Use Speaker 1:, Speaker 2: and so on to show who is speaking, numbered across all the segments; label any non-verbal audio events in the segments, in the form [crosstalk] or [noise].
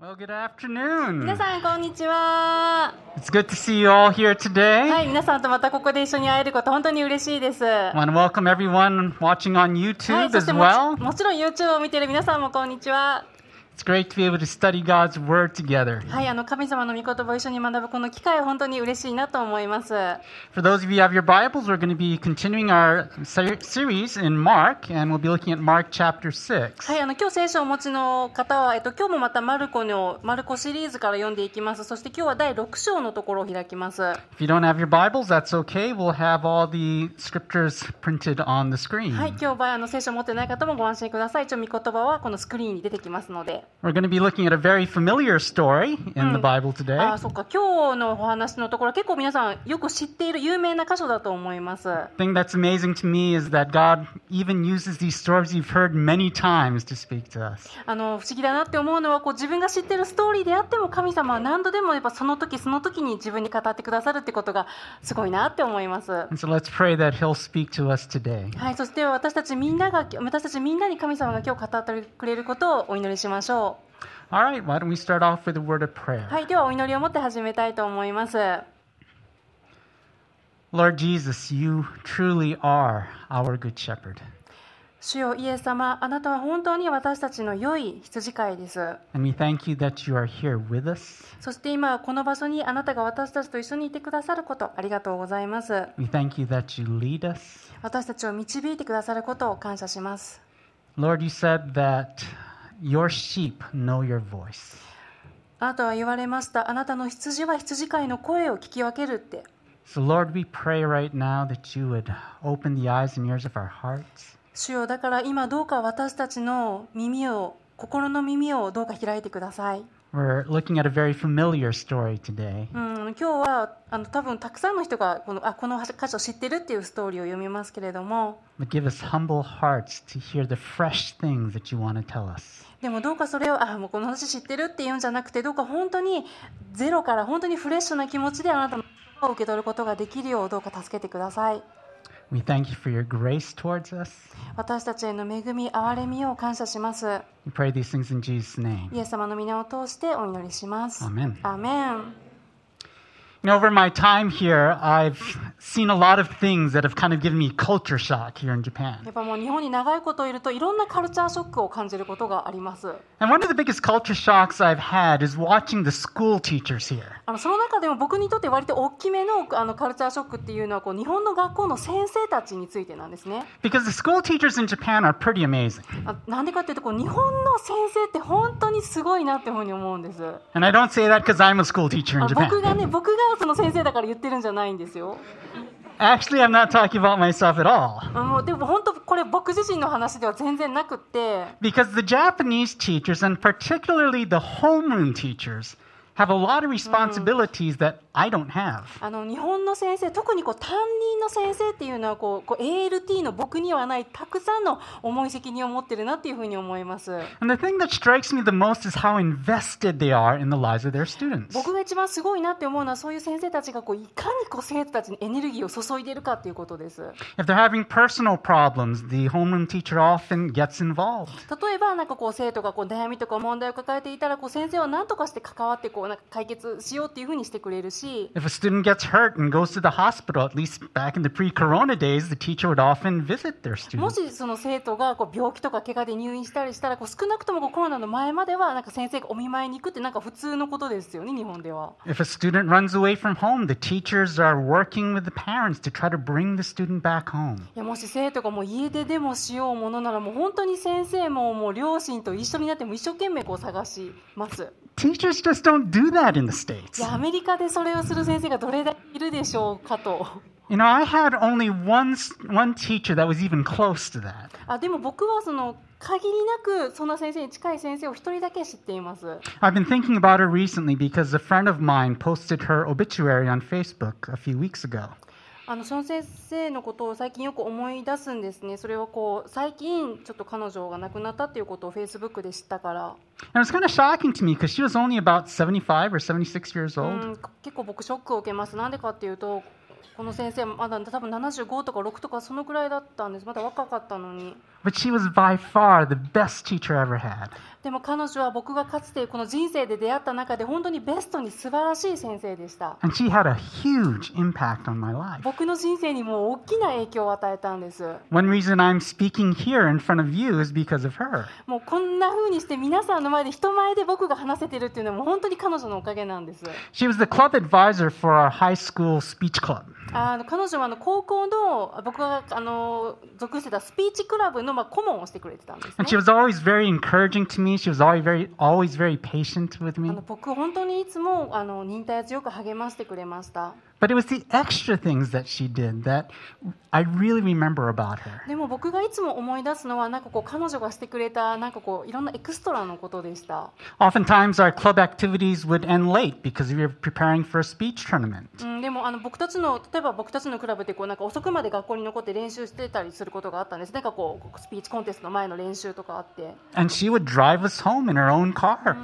Speaker 1: Well, good afternoon.
Speaker 2: 皆さんこんにちは。
Speaker 1: It's good to see you all here today.
Speaker 2: はい、皆さんとまたここで一緒に会えること本当に嬉しいです。
Speaker 1: I
Speaker 2: は
Speaker 1: want to welcome everyone watching on
Speaker 2: い、
Speaker 1: YouTube
Speaker 2: そ
Speaker 1: as
Speaker 2: してもち
Speaker 1: well.
Speaker 2: もちろん YouTube を見ている皆さんもこんにちは。
Speaker 1: It's great to be able to study God's Word together.
Speaker 2: はい、あの神様の御言葉を一緒に学ぶこの機会本当に嬉しいなと思います。は
Speaker 1: For those of you who have your Bibles, we're going to be continuing our ser- series in Mark, and we'll be looking at Mark chapter 6.
Speaker 2: い、あの今日聖書をお持ちの方はえっと今日もまたマルコのマルコシリーズから読んでいきます。そして今日は第6章のところを開きます。は
Speaker 1: If you don't have your Bibles, that's okay. We'll have all the scriptures printed on the screen.
Speaker 2: い、今日場合あの聖書を持ってない方もご安心ください。一応御言葉はこのスクリーンに出てきますので。
Speaker 1: We're going to be looking at a very familiar story in the Bible today.
Speaker 2: ああそっか今日のお話のところ結構皆さんよく知っている有名な箇所だと思います
Speaker 1: thing that's amazing to me is that God even uses these stories you've heard many times to speak to us.
Speaker 2: あの不思議だなって思うのはこう自分が知ってるストーリーであっても神様は何度でもやっぱその時その時に自分に語ってくださるってことがすごいなって思います
Speaker 1: And so let's pray that He'll speak to us today.
Speaker 2: はいそして私たちみんなが私たちみんなに神様が今日語ってくれることをお祈りしましょ
Speaker 1: All right, why don't we start off with a word of
Speaker 2: う
Speaker 1: prayer?
Speaker 2: はいではお祈りを持って始めたいと思います
Speaker 1: Lord Jesus, you truly are our Good Shepherd.
Speaker 2: 主よイエス様あなたは本当に私たちの良い羊飼いです
Speaker 1: And we thank you that you are here with us.
Speaker 2: そして今この場所にあなたが私たちと一緒にいてくださることありがとうございます。
Speaker 1: We thank you that you lead us.
Speaker 2: 私たちを導いてくださることを感謝します。
Speaker 1: Lord, you said that your sheep know your voice.
Speaker 2: あなたは言われました。あなたの羊は羊飼いの声を聞き分けるって。
Speaker 1: So, Lord, we pray right now that you would open the eyes and ears of our hearts.
Speaker 2: 主よだから今どうか私たちの耳を心の耳をどうか開いてください。
Speaker 1: We're looking at a very familiar story today.
Speaker 2: うん、今日はあの多分たくさんの人がこのあこの箇所知ってるっていうストーリーを読みますけれども、
Speaker 1: But give us humble hearts to hear the fresh things that you want to tell us.
Speaker 2: でもどうかそれをあもうこの話知ってるって言うんじゃなくてどうか本当にゼロから本当にフレッシュな気持ちであなたの言葉を受け取ることができるようどうか助けてください
Speaker 1: We thank you for your grace towards us.
Speaker 2: 私たちへの恵み憐れみを感謝します
Speaker 1: We pray these things in Jesus' name.
Speaker 2: イエス様の皆を通してお祈りします
Speaker 1: アーメン
Speaker 2: アーメン
Speaker 1: And over my time here, I've seen a lot of things that have kind of given me culture shock here in
Speaker 2: や
Speaker 1: Japan.
Speaker 2: っぱもう日本に長いこといるといろんなカルチャーショックを感じることがあります
Speaker 1: And one of the biggest culture shocks I've had is watching the school teachers here.
Speaker 2: あのその中でも僕にとって割と大きめのあのカルチャーショックっていうのはこう日本の学校の先生たちについてなんですね
Speaker 1: Because the school teachers in Japan are pretty amazing.
Speaker 2: あなんでかっていうとこう日本の先生って本当にすごいなってふうに思うんです。あ
Speaker 1: And I don't say that because I'm a school teacher in
Speaker 2: 僕
Speaker 1: Japan.
Speaker 2: がね僕がその先生だから言ってるんじゃないんですよ。
Speaker 1: Actually, I'm not talking about myself at all.
Speaker 2: あもうでも本当これ僕自身の話では全然なくって。
Speaker 1: Because the Japanese teachers, and particularly the homeroom teachers, have a lot of responsibilities that I don't have.
Speaker 2: あの日本の先生特にこう担任の先生っていうのはこうこう ALT の僕にはないたくさんの重い責任を持ってるなっていうふうに思います
Speaker 1: And the thing that strikes me the most is how invested they are in the lives of their students.
Speaker 2: 僕が一番すごいなって思うのはそういう先生たちがこういかにこう生徒たちにエネルギーを注いでるかっていうことです
Speaker 1: If they're having personal problems, the homeroom teacher often gets involved.
Speaker 2: 例えばなんかこう生徒がこう悩みとか問題を抱えていたらこう先生は何とかして関わってこうなんか解決しようっていうふうにしてくれるし
Speaker 1: If a student gets hurt and goes to the hospital, at least back in the pre corona days, the teacher would often visit their
Speaker 2: も
Speaker 1: students.
Speaker 2: しその生徒がこう病気とか怪我で入院したりしたらこう少なくともこうコロナの前まではなんか先生がお見舞いに行くってなんか普通のことですよね日本では
Speaker 1: If a student runs away from home, the teachers are working with the parents to try to bring the student back home.
Speaker 2: いやもし生徒がもう家出でもしようものならもう本当に先生ももう両親と一緒になってもう一生懸命こう探します。
Speaker 1: Teachers just don't do that in the States.
Speaker 2: いやアメリカでそれをする先生がどれだけいるでしょうかと
Speaker 1: You know, I had only one, s- one teacher that was even close to that.
Speaker 2: あでも僕はその限りなくそんな先生に近い先生を一人だけ知っています
Speaker 1: I've been thinking about her recently because a friend of mine posted her obituary on Facebook a few weeks ago.
Speaker 2: あのその先生のことを最近よく思い出すんですねそれをこう最近ちょっと彼女が亡くなったっていうことをフェイスブックで知ったから、
Speaker 1: And it was kind of shocking to me because she was only about 75 or 76 years
Speaker 2: う
Speaker 1: old.
Speaker 2: ん、結構僕ショックを受けますなんでかっていうとこの先生まだ多分75とか6とかそのくらいだったんですまだ若かったのに
Speaker 1: But she was by far the best teacher I ever had.
Speaker 2: でも彼女は僕がかつてこの人生で出会った中で本当にベストに素晴らしい先生でした。
Speaker 1: And she had a huge impact on my life.
Speaker 2: 僕の人生にも大きな影響を与えたんです。
Speaker 1: One reason I'm speaking here in front of you is because of her.
Speaker 2: もうこんな風にして皆さんの前で人前で僕が話せてるっていうのも本当に彼女のおかげなんです。
Speaker 1: She was the club advisor for our high school speech club.
Speaker 2: あの彼女はあの高校の僕があの属してたスピーチクラブのまあ顧問をしてくれてたんですね
Speaker 1: And she。was always very encouraging to me. She was always very, always very patient with
Speaker 2: あ
Speaker 1: me.
Speaker 2: の僕本当にいつもあの忍耐強く励ましてくれました。
Speaker 1: But it was the extra things that she did that I really remember about her.
Speaker 2: でも僕がいつも思い出すのはなんかこう彼女がしてくれたなんかこういろんなエクストラのことでした、
Speaker 1: Oftentimes, our club activities would end late because we were preparing for a speech tournament.
Speaker 2: うん、でもあの僕たちの例えば僕たちのクラブでこうなんか遅くまで学校に残って練習してたりすることがあったんですなんかこうスピーチコンテストの前の練習とかあって
Speaker 1: And she would drive us home in her own car.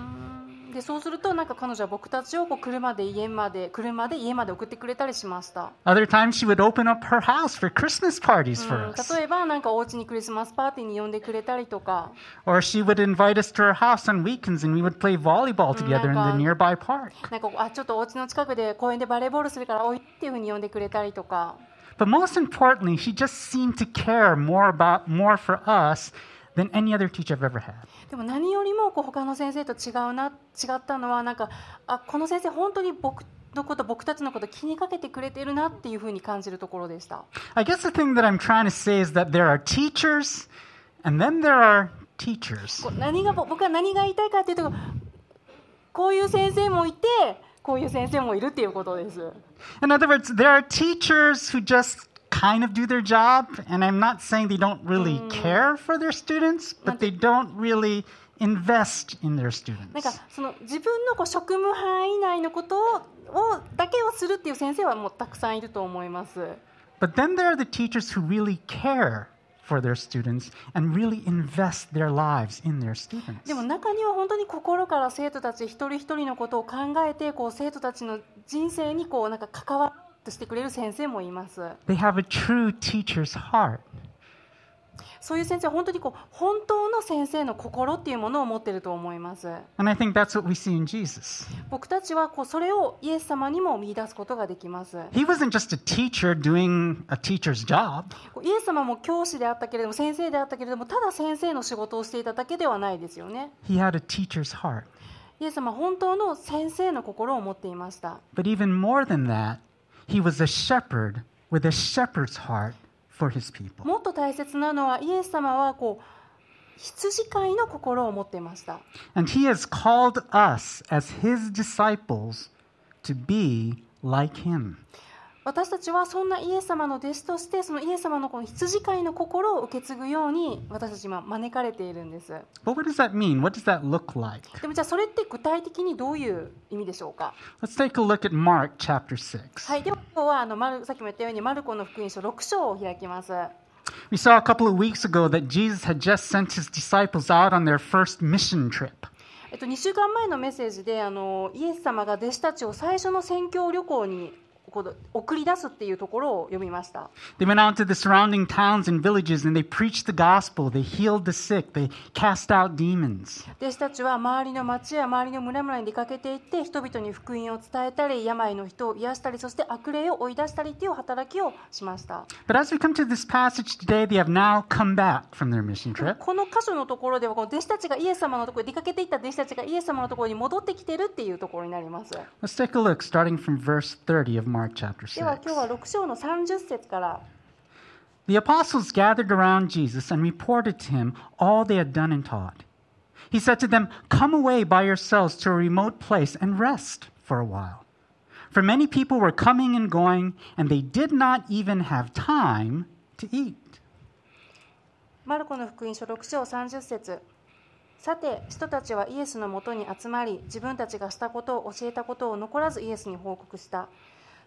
Speaker 2: でそうするとなんか彼女は僕たちをこう車で家まで車で家まで送ってくれたりしました、
Speaker 1: Other times, she would open up her house for Christmas parties
Speaker 2: う
Speaker 1: for
Speaker 2: ん
Speaker 1: us.
Speaker 2: 例えばなんかお家にクリスマスパーティーに呼んでくれたりとか
Speaker 1: Or she would invite us to her house on weekends and we would play volleyball together in the
Speaker 2: God.
Speaker 1: nearby park.
Speaker 2: なんかこうあちょっとお家の近くで公園でバレーボールするからおいでっていうふうに呼んでくれたりとか
Speaker 1: But most importantly, she just seemed to care more about more for us than any other teacher I've ever had.
Speaker 2: でも何よりもこう他の先生と違うな違ったのはなんかあこの先生本当に僕のこと僕たちのこと気にかけてくれてるなっていうふうに感じるところでした
Speaker 1: I guess the thing that I'm trying to say is that there are teachers and then there are teachers.
Speaker 2: こう何がぼ僕は何が言いたいかっていうとこういう先生もいてこういう先生もいるっていうことです
Speaker 1: In other words, there are teachers who just kind of do their job, and I'm not saying they don't really care for their students, but they don't really invest in their
Speaker 2: なん
Speaker 1: students.
Speaker 2: かその自分のこう職務範囲内のことををだけをするっていう先生はもうたくさんいると思います
Speaker 1: But then there are the teachers who really care for their students and really invest their lives in their students.
Speaker 2: でも中には本当に心から生徒たち一人一人のことを考えてこう生徒たちの人生にこうなんか関わってしてくれる先生もいます。
Speaker 1: They have a true teacher's heart.
Speaker 2: そういう先生は本当にこう本当の先生の心っていうものを持ってると思います。
Speaker 1: And I think that's what we see in Jesus.
Speaker 2: 僕たちはこうそれをイエス様にも見出すことができます。
Speaker 1: He wasn't just a teacher doing a teacher's job,
Speaker 2: こうイエス様も教師であったけれども先生であったけれどもただ先生の仕事をしていただけではないですよね。
Speaker 1: he had a teacher's heart.
Speaker 2: イエス様は本当の先生の心を持っていました。
Speaker 1: But even more than that, he was a shepherd with a shepherd's heart for his people.
Speaker 2: もっと大切なのはイエス様はこう羊飼いの心を持っていました。
Speaker 1: And he has called us as his disciples to be like him.
Speaker 2: 私たちはそんなイエス様の弟子としてそのイエス様のこの羊飼いの心を受け継ぐように私たち今招かれているんです
Speaker 1: But what does that mean? What does that look like?
Speaker 2: でもじゃあそれって具体的にどういう意味でしょうか
Speaker 1: Let's take a look at Mark chapter 6.
Speaker 2: はいでは今日はあのマルさっきも言ったようにマルコの福音書6章を開きます
Speaker 1: We saw a couple of weeks ago that Jesus had just sent his disciples out on their first mission trip.
Speaker 2: えっと2週間前のメッセージであのイエス様が弟子たちを最初の宣教旅行にこう送り出すっていうところを読みました、
Speaker 1: They went out to the surrounding towns and villages and they preached the gospel. They healed the sick. They cast out demons.
Speaker 2: 弟子たちは周りの町や周りの村々に出かけていって人々に福音を伝えたり病の人を癒したりそして悪霊を追い出したりという働きをしました、
Speaker 1: But as we come to this passage today, they have now come back from their mission trip.
Speaker 2: この箇所のところではこの弟子たちがイエス様のところに出かけていった弟子たちがイエス様のところに戻ってきてるっていうところになります
Speaker 1: Let's take a look starting from verse 30 of Mark chapter
Speaker 2: では
Speaker 1: 6.
Speaker 2: 今日は6章の30節から
Speaker 1: The apostles gathered around Jesus and reported to him all they had done and taught. He said to them, Come away by yourselves to a remote place and rest for a while. For many people were coming and going, and they did not even have time to eat.
Speaker 2: マルコの福音書6章30節さて人たちはイエスのもとに集まり自分たちがしたことを教えたことを残らずイエスに報告した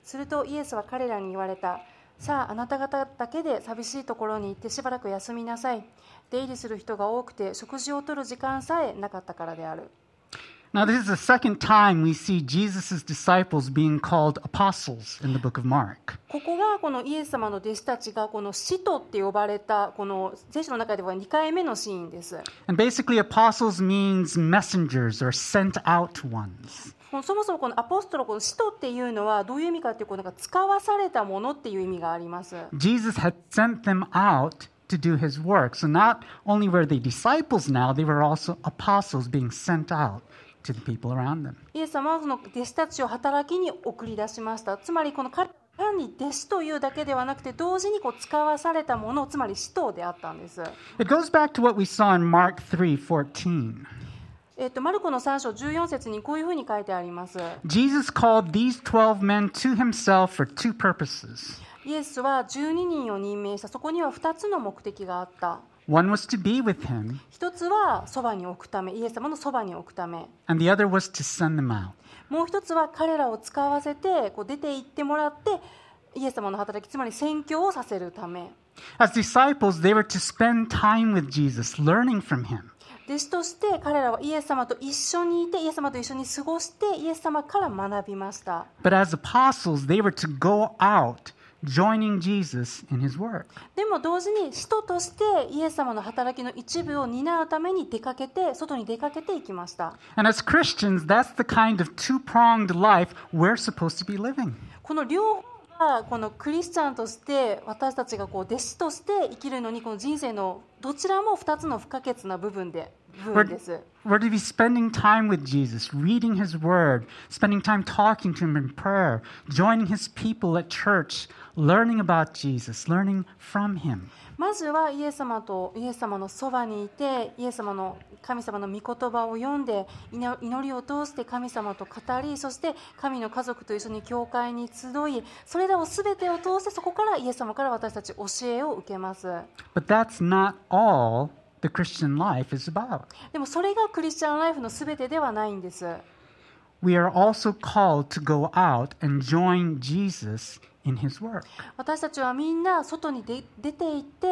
Speaker 2: するとイエスは彼らに言われたさああなた方だけで寂しいところに行ってしばらく休みなさい出入りする人が多くて食事をとる時間さえなかったからである
Speaker 1: And Now, this is the second time we see Jesus' disciples being called apostles in the book of Mark.
Speaker 2: ここはこのイエス様の弟子たちがこの使徒って呼ばれたこの聖書の中では2回目のシーンです
Speaker 1: And basically, apostles means messengers or sent out ones.
Speaker 2: このそもそもこのアポストロこの使徒っていうのはどういう意味かっていうこうなんか使わされたものっていう意味があります
Speaker 1: Jesus had sent them out to do his work. So not only were they disciples now, they were also apostles being sent out to the people around them.
Speaker 2: イエス様はその弟子たちを働きに送り出しましたつまりこの彼単に弟子というだけではなくて同時にこう使わされたものつまり使徒であったんです
Speaker 1: It goes back to what we saw in Mark 3:14.
Speaker 2: えっと、マルコの3章14節にこういうふうに書いてあります。
Speaker 1: Jesus called these 12 men to himself for two purposes.
Speaker 2: イエスは12人を任命した。そこには2つの目的があった。
Speaker 1: One was to be with him,
Speaker 2: 1つはそばに置くため、イエス様のそばに置くため。
Speaker 1: and the other was to send them out.
Speaker 2: もう1つは彼らを使わせて、こう出て行ってもらって、イエス様の働き、つまり宣教をさせるため。
Speaker 1: As disciples, they were to spend time with Jesus, learning from him.
Speaker 2: 弟子として彼らはイエス様と一緒にいて、イエス様と一緒に過ごして、イエス様から学びました。
Speaker 1: But as apostles, they were to go out joining Jesus in his work.
Speaker 2: でも同時に使徒としてイエス様の働きの一部を担うために出かけて、外に出かけていきました。
Speaker 1: And as Christians, that's the kind of two pronged life we're supposed to be living.
Speaker 2: この両方がこのクリスチャンとして私たちがこう弟子として生きるのにこの人生のどちらも2つの不可欠な部分で部分です
Speaker 1: We're to be spending time with Jesus, reading his word, spending time talking to him in prayer, joining his people at church, learning about Jesus, learning from him.
Speaker 2: まずはイエス様とイエス様のそばにいてイエス様の神様の御言葉を読んでいな祈りを通して神様と語りそして神の家族と一緒に教会に集いそれらを全てを通してそこからイエス様から私たち教えを受けます
Speaker 1: But that's not all the Christian life is about.
Speaker 2: でもそれがクリスチャンライフの全てではないんです
Speaker 1: We are also called to go out and join Jesus in his work.
Speaker 2: 私たちはみんな外に出出て行って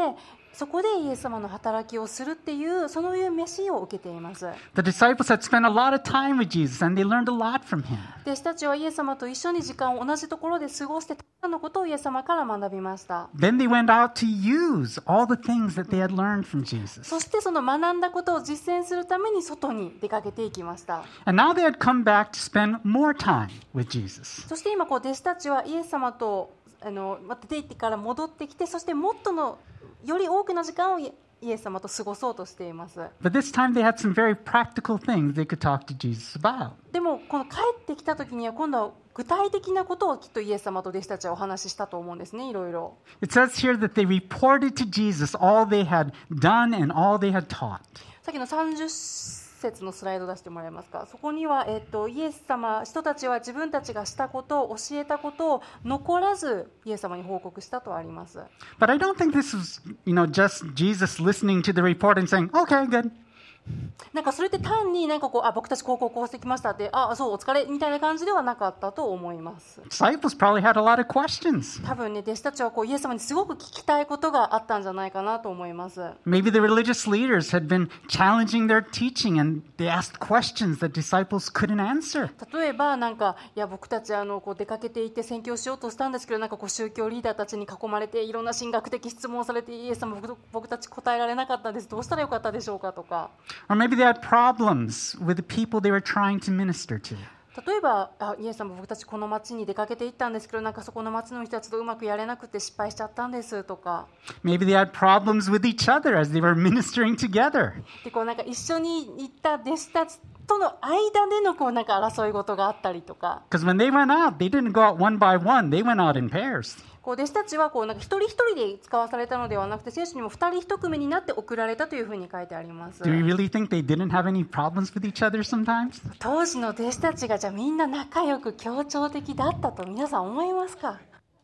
Speaker 2: そこでイエス様の働きをするっていうそのいう飯を受けています
Speaker 1: The disciples had spent a lot of time with Jesus and they learned a lot from him.
Speaker 2: 弟子たちはイエス様と一緒に時間を同じところで過ごしてたくさんのことをイエス様から学びました
Speaker 1: Then they went out to use all the things that they had learned from Jesus.
Speaker 2: そしてその学んだことを実践するために外に出かけていきました
Speaker 1: And now they had come back to spend more time with Jesus.
Speaker 2: そして今こう弟子たちはイエス様とあのまた出て行ってから戻ってきてそしてもっとのより多くの時間をイエイエス様と過ごそうとしています
Speaker 1: But this time they had some very practical things they could talk to Jesus about.
Speaker 2: でもこの帰ってきた時には今度は具体的なことをきっとイエス様と弟子たちはお話ししたと思うんですねいろいろ
Speaker 1: It says here that they reported to Jesus all they had done and all they had taught.
Speaker 2: さっきの30節のスライド出してもらえますかそこには、えっとイエス様人たちは自分たちがしたことを教えたことを残らずイエス様に報告したとあります
Speaker 1: But I don't think this was, you know, just Jesus listening to the report and saying, okay, good.
Speaker 2: なんかそれって単になんかこうあ僕たち高校こうしてきましたってあそうお疲れみたいな感じではなかったと思います
Speaker 1: Disciples probably had a lot of questions.
Speaker 2: 多分ね弟子たちはこうイエス様にすごく聞きたいことがあったんじゃないかなと思います
Speaker 1: Maybe the religious leaders had been challenging their teaching and they asked questions that disciples couldn't answer.
Speaker 2: 例えばなんかいや僕たちあのこう出かけていって宣教しようとしたんですけどなんかこう宗教リーダーたちに囲まれていろんな神学的質問をされてイエス様僕僕たち答えられなかったんですどうしたらよかったでしょうかとか
Speaker 1: Or maybe they had problems with the people they were trying to minister to.
Speaker 2: 例えばあイエス様僕たちこの町に出かけていったんですけどなんかそこの町の人たちとうまくやれなくて失敗しちゃったんですとか
Speaker 1: Maybe they had problems with each other as they were [laughs] ministering together.
Speaker 2: でこうなんか一緒に行った弟子たちとの間でのこうなんか争い事があったりとか
Speaker 1: Because when they went out, they didn't go out one by one, they went out in pairs.
Speaker 2: こう弟子たちはこうなんか一人一人で使わされたのではなくて聖書にも二人一組になって送られたというふうに書いてあります
Speaker 1: Do you really think they didn't have any problems with each other sometimes?
Speaker 2: 当時の弟子たちがじゃあみんな仲良く協調的だったと皆さん思いますか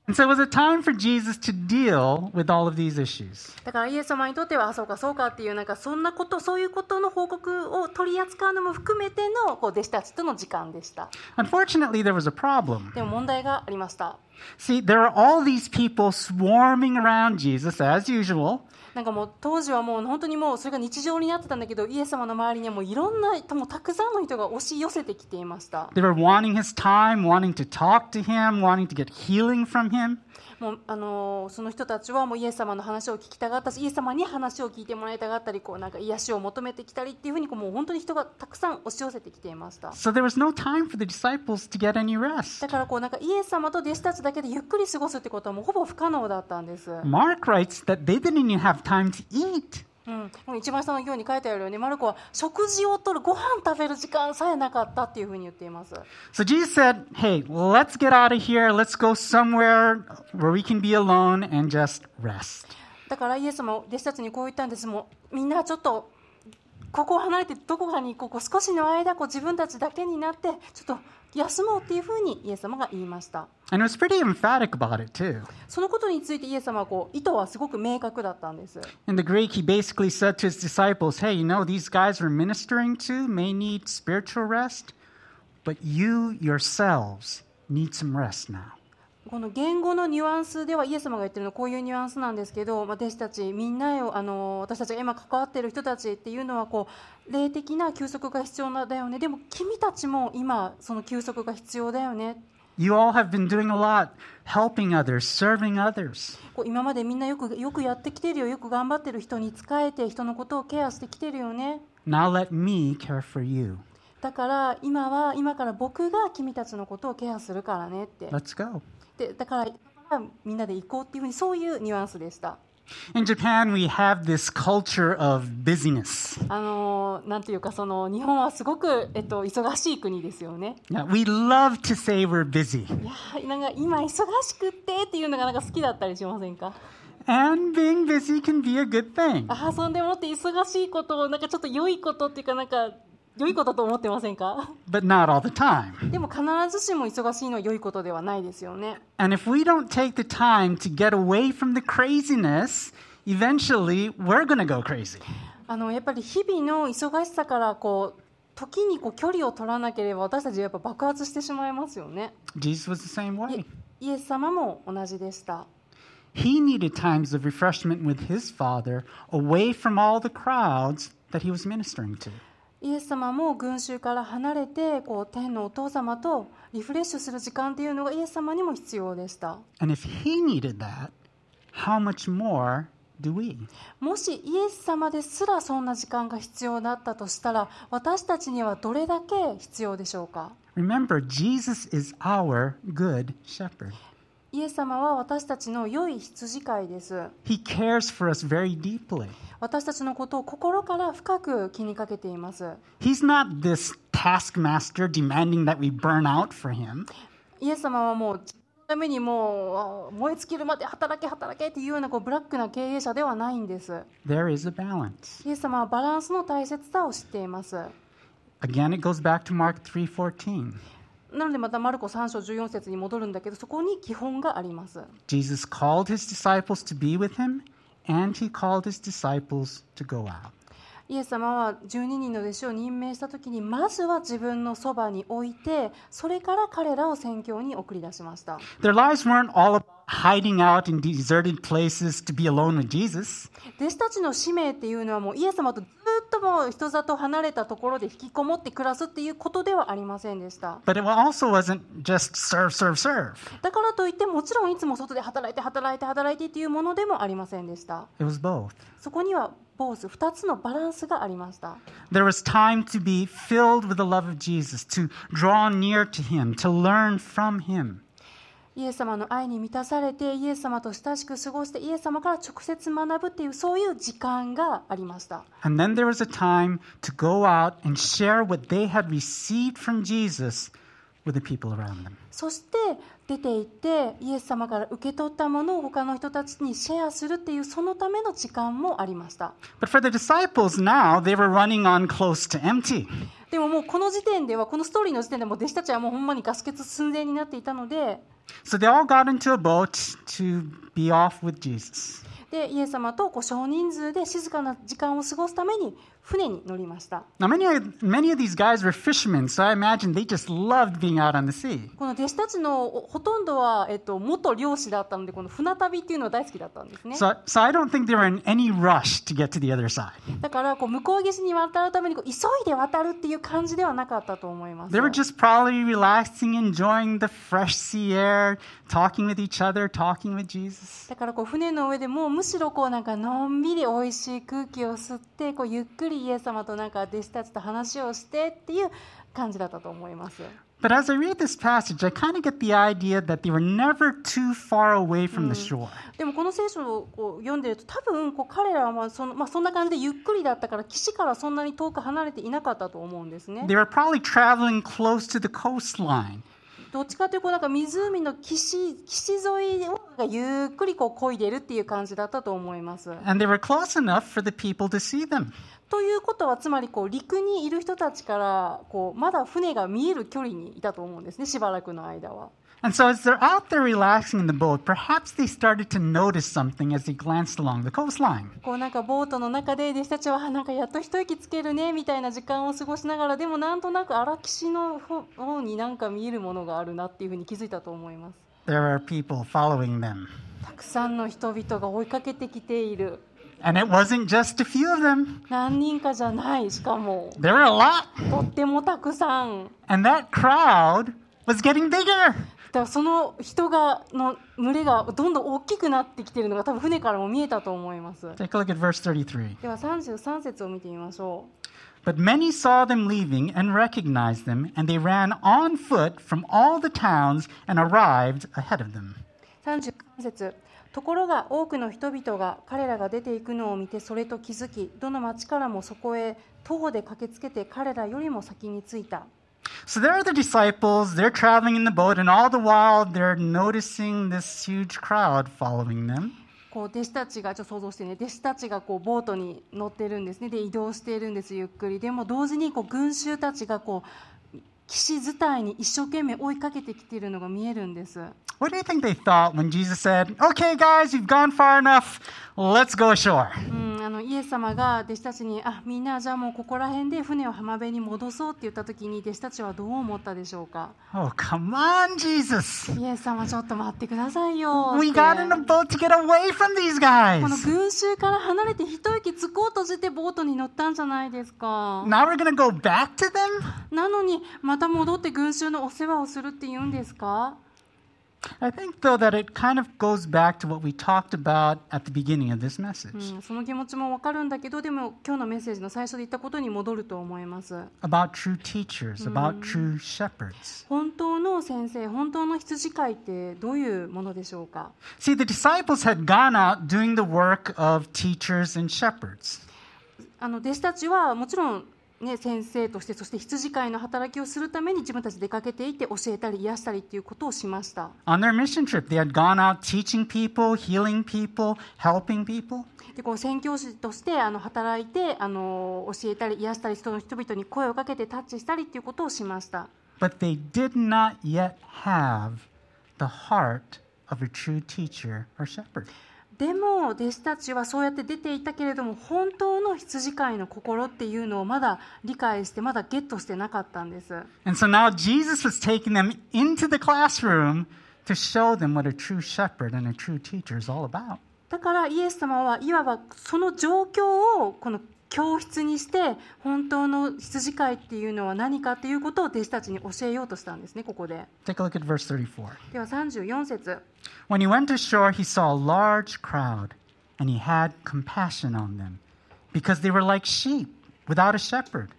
Speaker 1: And so it was a time for Jesus to deal with all of these issues.
Speaker 2: だからイエス様にとってはあそうかそうかっていうなんかそんなことそういうことの報告を取り扱うのも含めてのこう弟子たちとの時間でした
Speaker 1: Unfortunately, there was a problem.
Speaker 2: でも問題がありました
Speaker 1: See, there are all these people swarming around Jesus as usual,
Speaker 2: なんかもう当時はもう本当にもうそれが日常になってたんだけどイエス様の周りにはもういろんなもうたくさんの人が押し寄せてきていました
Speaker 1: They were wanting his time, wanting to talk to him, wanting to get healing from him.
Speaker 2: もうあのーその人たちはもうイエス様の話を聞きたがったしイエス様に話を聞いてもらいたがったりこうなんか癒しを求めてきたりっていうふうにこうもう本当に人がたくさん押し寄せてきていました
Speaker 1: So there was no time for the disciples to get any rest.
Speaker 2: だからこうなんかイエス様と弟子たちだけでゆっくり過ごすってことはもうほぼ不可能だったんです、
Speaker 1: Mark writes that they didn't even have time to eat.
Speaker 2: うん、もう一番下の行に書いてあるようにマルコは食事をとるご飯食べる時間さえなかったっていうふうに言っています
Speaker 1: So Jesus said, Hey, let's get out of here. Let's go somewhere where we can be alone and just rest.
Speaker 2: だからイエス様は弟子たちにこう言ったんですもうみんなちょっとここを離れてどこかにこうこう少しの間こう自分たちだけになってちょっと休もうっていうふうにイエス様が言いました
Speaker 1: And it was pretty emphatic about it, too.
Speaker 2: そのことについてイエス様はこう意図はすごく明確だったんです
Speaker 1: In the Greek, he basically said to his disciples, Hey, you know, these guys we're ministering to may need spiritual rest, but you yourselves need some rest now.
Speaker 2: この言語のニュアンスではイエス様が言ってるのはこういうニュアンスなんですけど、まあ、弟子たちみんなよあの私たちが今関わっている人たちっていうのはこう霊的な休息が必要なんだよねでも君たちも今その休息が必要だよね
Speaker 1: You all have been doing a lot, helping others, serving others.
Speaker 2: こう今までみんなよくよくやってきてるよよく頑張ってる人に仕えて人のことをケアしてきてるよね
Speaker 1: Now let me care for you.
Speaker 2: だから今は今から僕が君たちのことをケアするからねって
Speaker 1: Let's go.
Speaker 2: でだからだからみんなで行こうっていうふうにそういうニュアンスでした。
Speaker 1: In Japan, we have this culture of busyness.
Speaker 2: あのーなんていうかその日本はすごく、えっと、忙しい国ですよね
Speaker 1: Yeah, we love to say we're busy
Speaker 2: いやーなんか今忙しくってっていうのがなんか好きだったりしませんか
Speaker 1: and being busy can be a good thing
Speaker 2: あ遊んでもって忙しいことをなんかちょっと良いことっていうかなんか良いことと思ってませんか
Speaker 1: but not all the time
Speaker 2: でも必ずしも忙しいのは良いことではないですよね
Speaker 1: and if we don't take the time to get away from the craziness eventually we're going to go crazy
Speaker 2: あのやっぱり日々の忙しさからこう時にこう距離を取らなければ私たちはやっぱ爆発してしまいますよね
Speaker 1: jesus was the same
Speaker 2: い
Speaker 1: way
Speaker 2: イエス様も同じでした
Speaker 1: he needed times of refreshment with his father away from all the crowds that he was ministering to
Speaker 2: イエス様も群衆から離れてこう天のお父様とリフレッシュする時間っていうのがイエス様にも必要でした
Speaker 1: and if he needed that how much more do we
Speaker 2: もしイエス様ですらそんな時間が必要だったとしたら私たちにはどれだけ必要でしょうか
Speaker 1: remember jesus is our good shepherd
Speaker 2: イエス様は私たちの良い羊飼いです
Speaker 1: He cares for us very deeply.
Speaker 2: 私たちのことを心から深く気にかけています
Speaker 1: He's not this taskmaster demanding that we burn out for him.
Speaker 2: イエス様はもう自分のためにもうあ燃え尽きるまで働け働けっていうようなこうブラックな経営者ではないんです
Speaker 1: There is a balance.
Speaker 2: イエス様はバランスの大切さを知っています
Speaker 1: Again, it goes back to Mark 3:14.
Speaker 2: なのでまたマルコ3章14節に戻るんだけどそこに基本があります
Speaker 1: Jesus called his disciples to be with him, and he called his disciples to go out.
Speaker 2: イエス様は12人の弟子を任命した時にまずは自分のそばに置いてそれから彼らを宣教に送り出しました
Speaker 1: Their lives weren't all about hiding out in deserted places to be alone with Jesus.
Speaker 2: 弟子たちの使命っていうのはもうイエス様とずっともう人里離れたところで引きこもって暮らすっていうことではありませんでした
Speaker 1: But it also wasn't just serve, serve, serve.
Speaker 2: だからといってもちろんいつも外で働いて働いて働いてっていうものでもありませんでした
Speaker 1: It was both.
Speaker 2: そこにはボース2つのバランスがありました
Speaker 1: There was time to be filled with the love of Jesus, to draw near to him, to learn from him.
Speaker 2: イエス様の愛に満たされてイエス様と親しく過ごしてイエス様から直接学ぶっていうそういう時間がありました
Speaker 1: And then there was a time to go out and share what they had received from Jesus with the people around them.
Speaker 2: そして出て行ってイエス様から受け取ったものを他の人たちにシェアするっていうそのための時間もありました
Speaker 1: But for the disciples now, they were running on close to empty.
Speaker 2: でももうこの時点ではこのストーリーの時点でもう弟子たちはもうほんまにガス欠寸前になっていたので
Speaker 1: So they all got into a boat to be off with Jesus.
Speaker 2: でイエス様とこう少人数で静かな時間を過ごすために船に乗りました
Speaker 1: Now, many of, many of these guys were fishermen, so I imagine they just loved being out on the sea.
Speaker 2: この弟子たちのおほとんどは、えっと、元漁師だったのでこの船旅っていうのは大好きだったんですね
Speaker 1: So, so I don't think they were in any rush to get to the other side.
Speaker 2: だからこう向こう岸に渡るためにこう急いで渡るっていう感じではなかったと思います
Speaker 1: They were just probably relaxing, enjoying the fresh sea air, talking with each other, talking with Jesus.
Speaker 2: だからこう船の上でもうむしろこうなんかのんびり美味しい空気を吸ってこうゆっくりイエス様となんか弟子たちと話をしてっていう感じだったと思います。
Speaker 1: But as I read this passage, I kind of get the idea that they were never too far away from the shore.
Speaker 2: でもこの聖書をこう読んでると多分こう彼らはまあその、まあ、そんな感じでゆっくりだったから岸からそんなに遠く離れていなかったと思うんですね
Speaker 1: They。were probably traveling close to the coastline.
Speaker 2: どっちかというとこうなんか湖の岸岸沿いをなんかゆっくりこう漕いでるっていう感じだったと思います。
Speaker 1: And they were close enough for the people to see them.
Speaker 2: ということはつまりこう陸にいる人たちからこうまだ船が見える距離にいたと思うんですねしばらくの間は。
Speaker 1: And so, as they're out there relaxing in the boat, perhaps they started to notice something as they glanced along the coastline.
Speaker 2: こうなんかボートの中で弟子たちはあなんかやっと一息つけるねみたいな時間を過ごしながらでもなんとなく荒岸の方方になんか見えるものがあるなっていうふうに気づいたと思います
Speaker 1: There are people following them.
Speaker 2: たくさんの人々が追いかけてきている
Speaker 1: And it wasn't just a few of them,
Speaker 2: 何人かじゃないしかも
Speaker 1: there were a lot.
Speaker 2: とってもたくさん
Speaker 1: And that crowd was getting bigger.
Speaker 2: だからその人がの群れがどんどん大きくなってきてるのが多分船からも見えたと思います
Speaker 1: Take a look at verse 33.
Speaker 2: では33節を見てみましょう
Speaker 1: But many saw them leaving and recognized them, and they ran on foot from all the towns and arrived ahead of them.
Speaker 2: 33節ところが多くの人々が彼らが出ていくのを見てそれと気づきどの町からもそこへ徒歩で駆けつけて彼らよりも先に着いた
Speaker 1: So there are the disciples, they're traveling in the boat, and all the while they're noticing this huge crowd following them.
Speaker 2: こう弟子たちがちょっと想像してね弟子たちがこうボートに乗ってるんですねで移動しているんですゆっくりでも同時にこう群衆たちがこう岸伝いに一生懸命追いかけてきているのが見えるんです
Speaker 1: What do you think they thought when Jesus said, Okay, guys, you've gone far enough, let's go ashore?
Speaker 2: うん、あのイエス様が弟子たちにあみんなじゃあもうここら辺で船を浜辺に戻そうって言った時に弟子たちはどう思ったでしょうか
Speaker 1: Oh, come on, Jesus.
Speaker 2: イエス様ちょっと待ってくださいよって
Speaker 1: We got in a boat to get away from these
Speaker 2: この
Speaker 1: guys.
Speaker 2: 群衆から離れて一息つこうとしてボートに乗ったんじゃないですか
Speaker 1: Now we're going to go back to them?
Speaker 2: なのにまた戻って群衆のお世話をするって言うんですか
Speaker 1: I think, though, that it kind of goes back to what we talked about at the beginning of this message
Speaker 2: うん、その気持ちもわかるんだけどでも今日のメッセージの最初で言ったことに戻ると思います
Speaker 1: about true teachers, about true shepherds.
Speaker 2: 本当の先生本当の羊飼いってどういうものでしょうか
Speaker 1: See, the disciples had gone out doing the work of teachers and shepherds.
Speaker 2: あの弟子たちはもちろん、ね、先生としてそして羊飼いの働きをするために自分たち出かけていって教えたり癒したりっていうことをしました
Speaker 1: On their mission trip, they had gone out teaching people, healing people, helping people.
Speaker 2: でこう宣教師としてあの働いてあの教えたり癒したり人の人々に声をかけてタッチしたりっていうことをしました
Speaker 1: But they did not yet have the heart of a true teacher or shepherd.
Speaker 2: でも弟子たちはそうやって出ていたけれども本当の羊飼いの心っていうのをまだ理解してまだゲットしてなかったんです
Speaker 1: And so now Jesus was taking them into the classroom to show them what a true shepherd and a true teacher is all about.
Speaker 2: だからイエス様はいわばその状況をこの教室にして本当の羊飼いっていうのは何かっていうことを弟子たちに教えようとしたんですねここで
Speaker 1: Take a look at verse 34.
Speaker 2: では34節
Speaker 1: When he went ashore, he saw a large crowd, and he had compassion on them, because they were like sheep without a shepherd.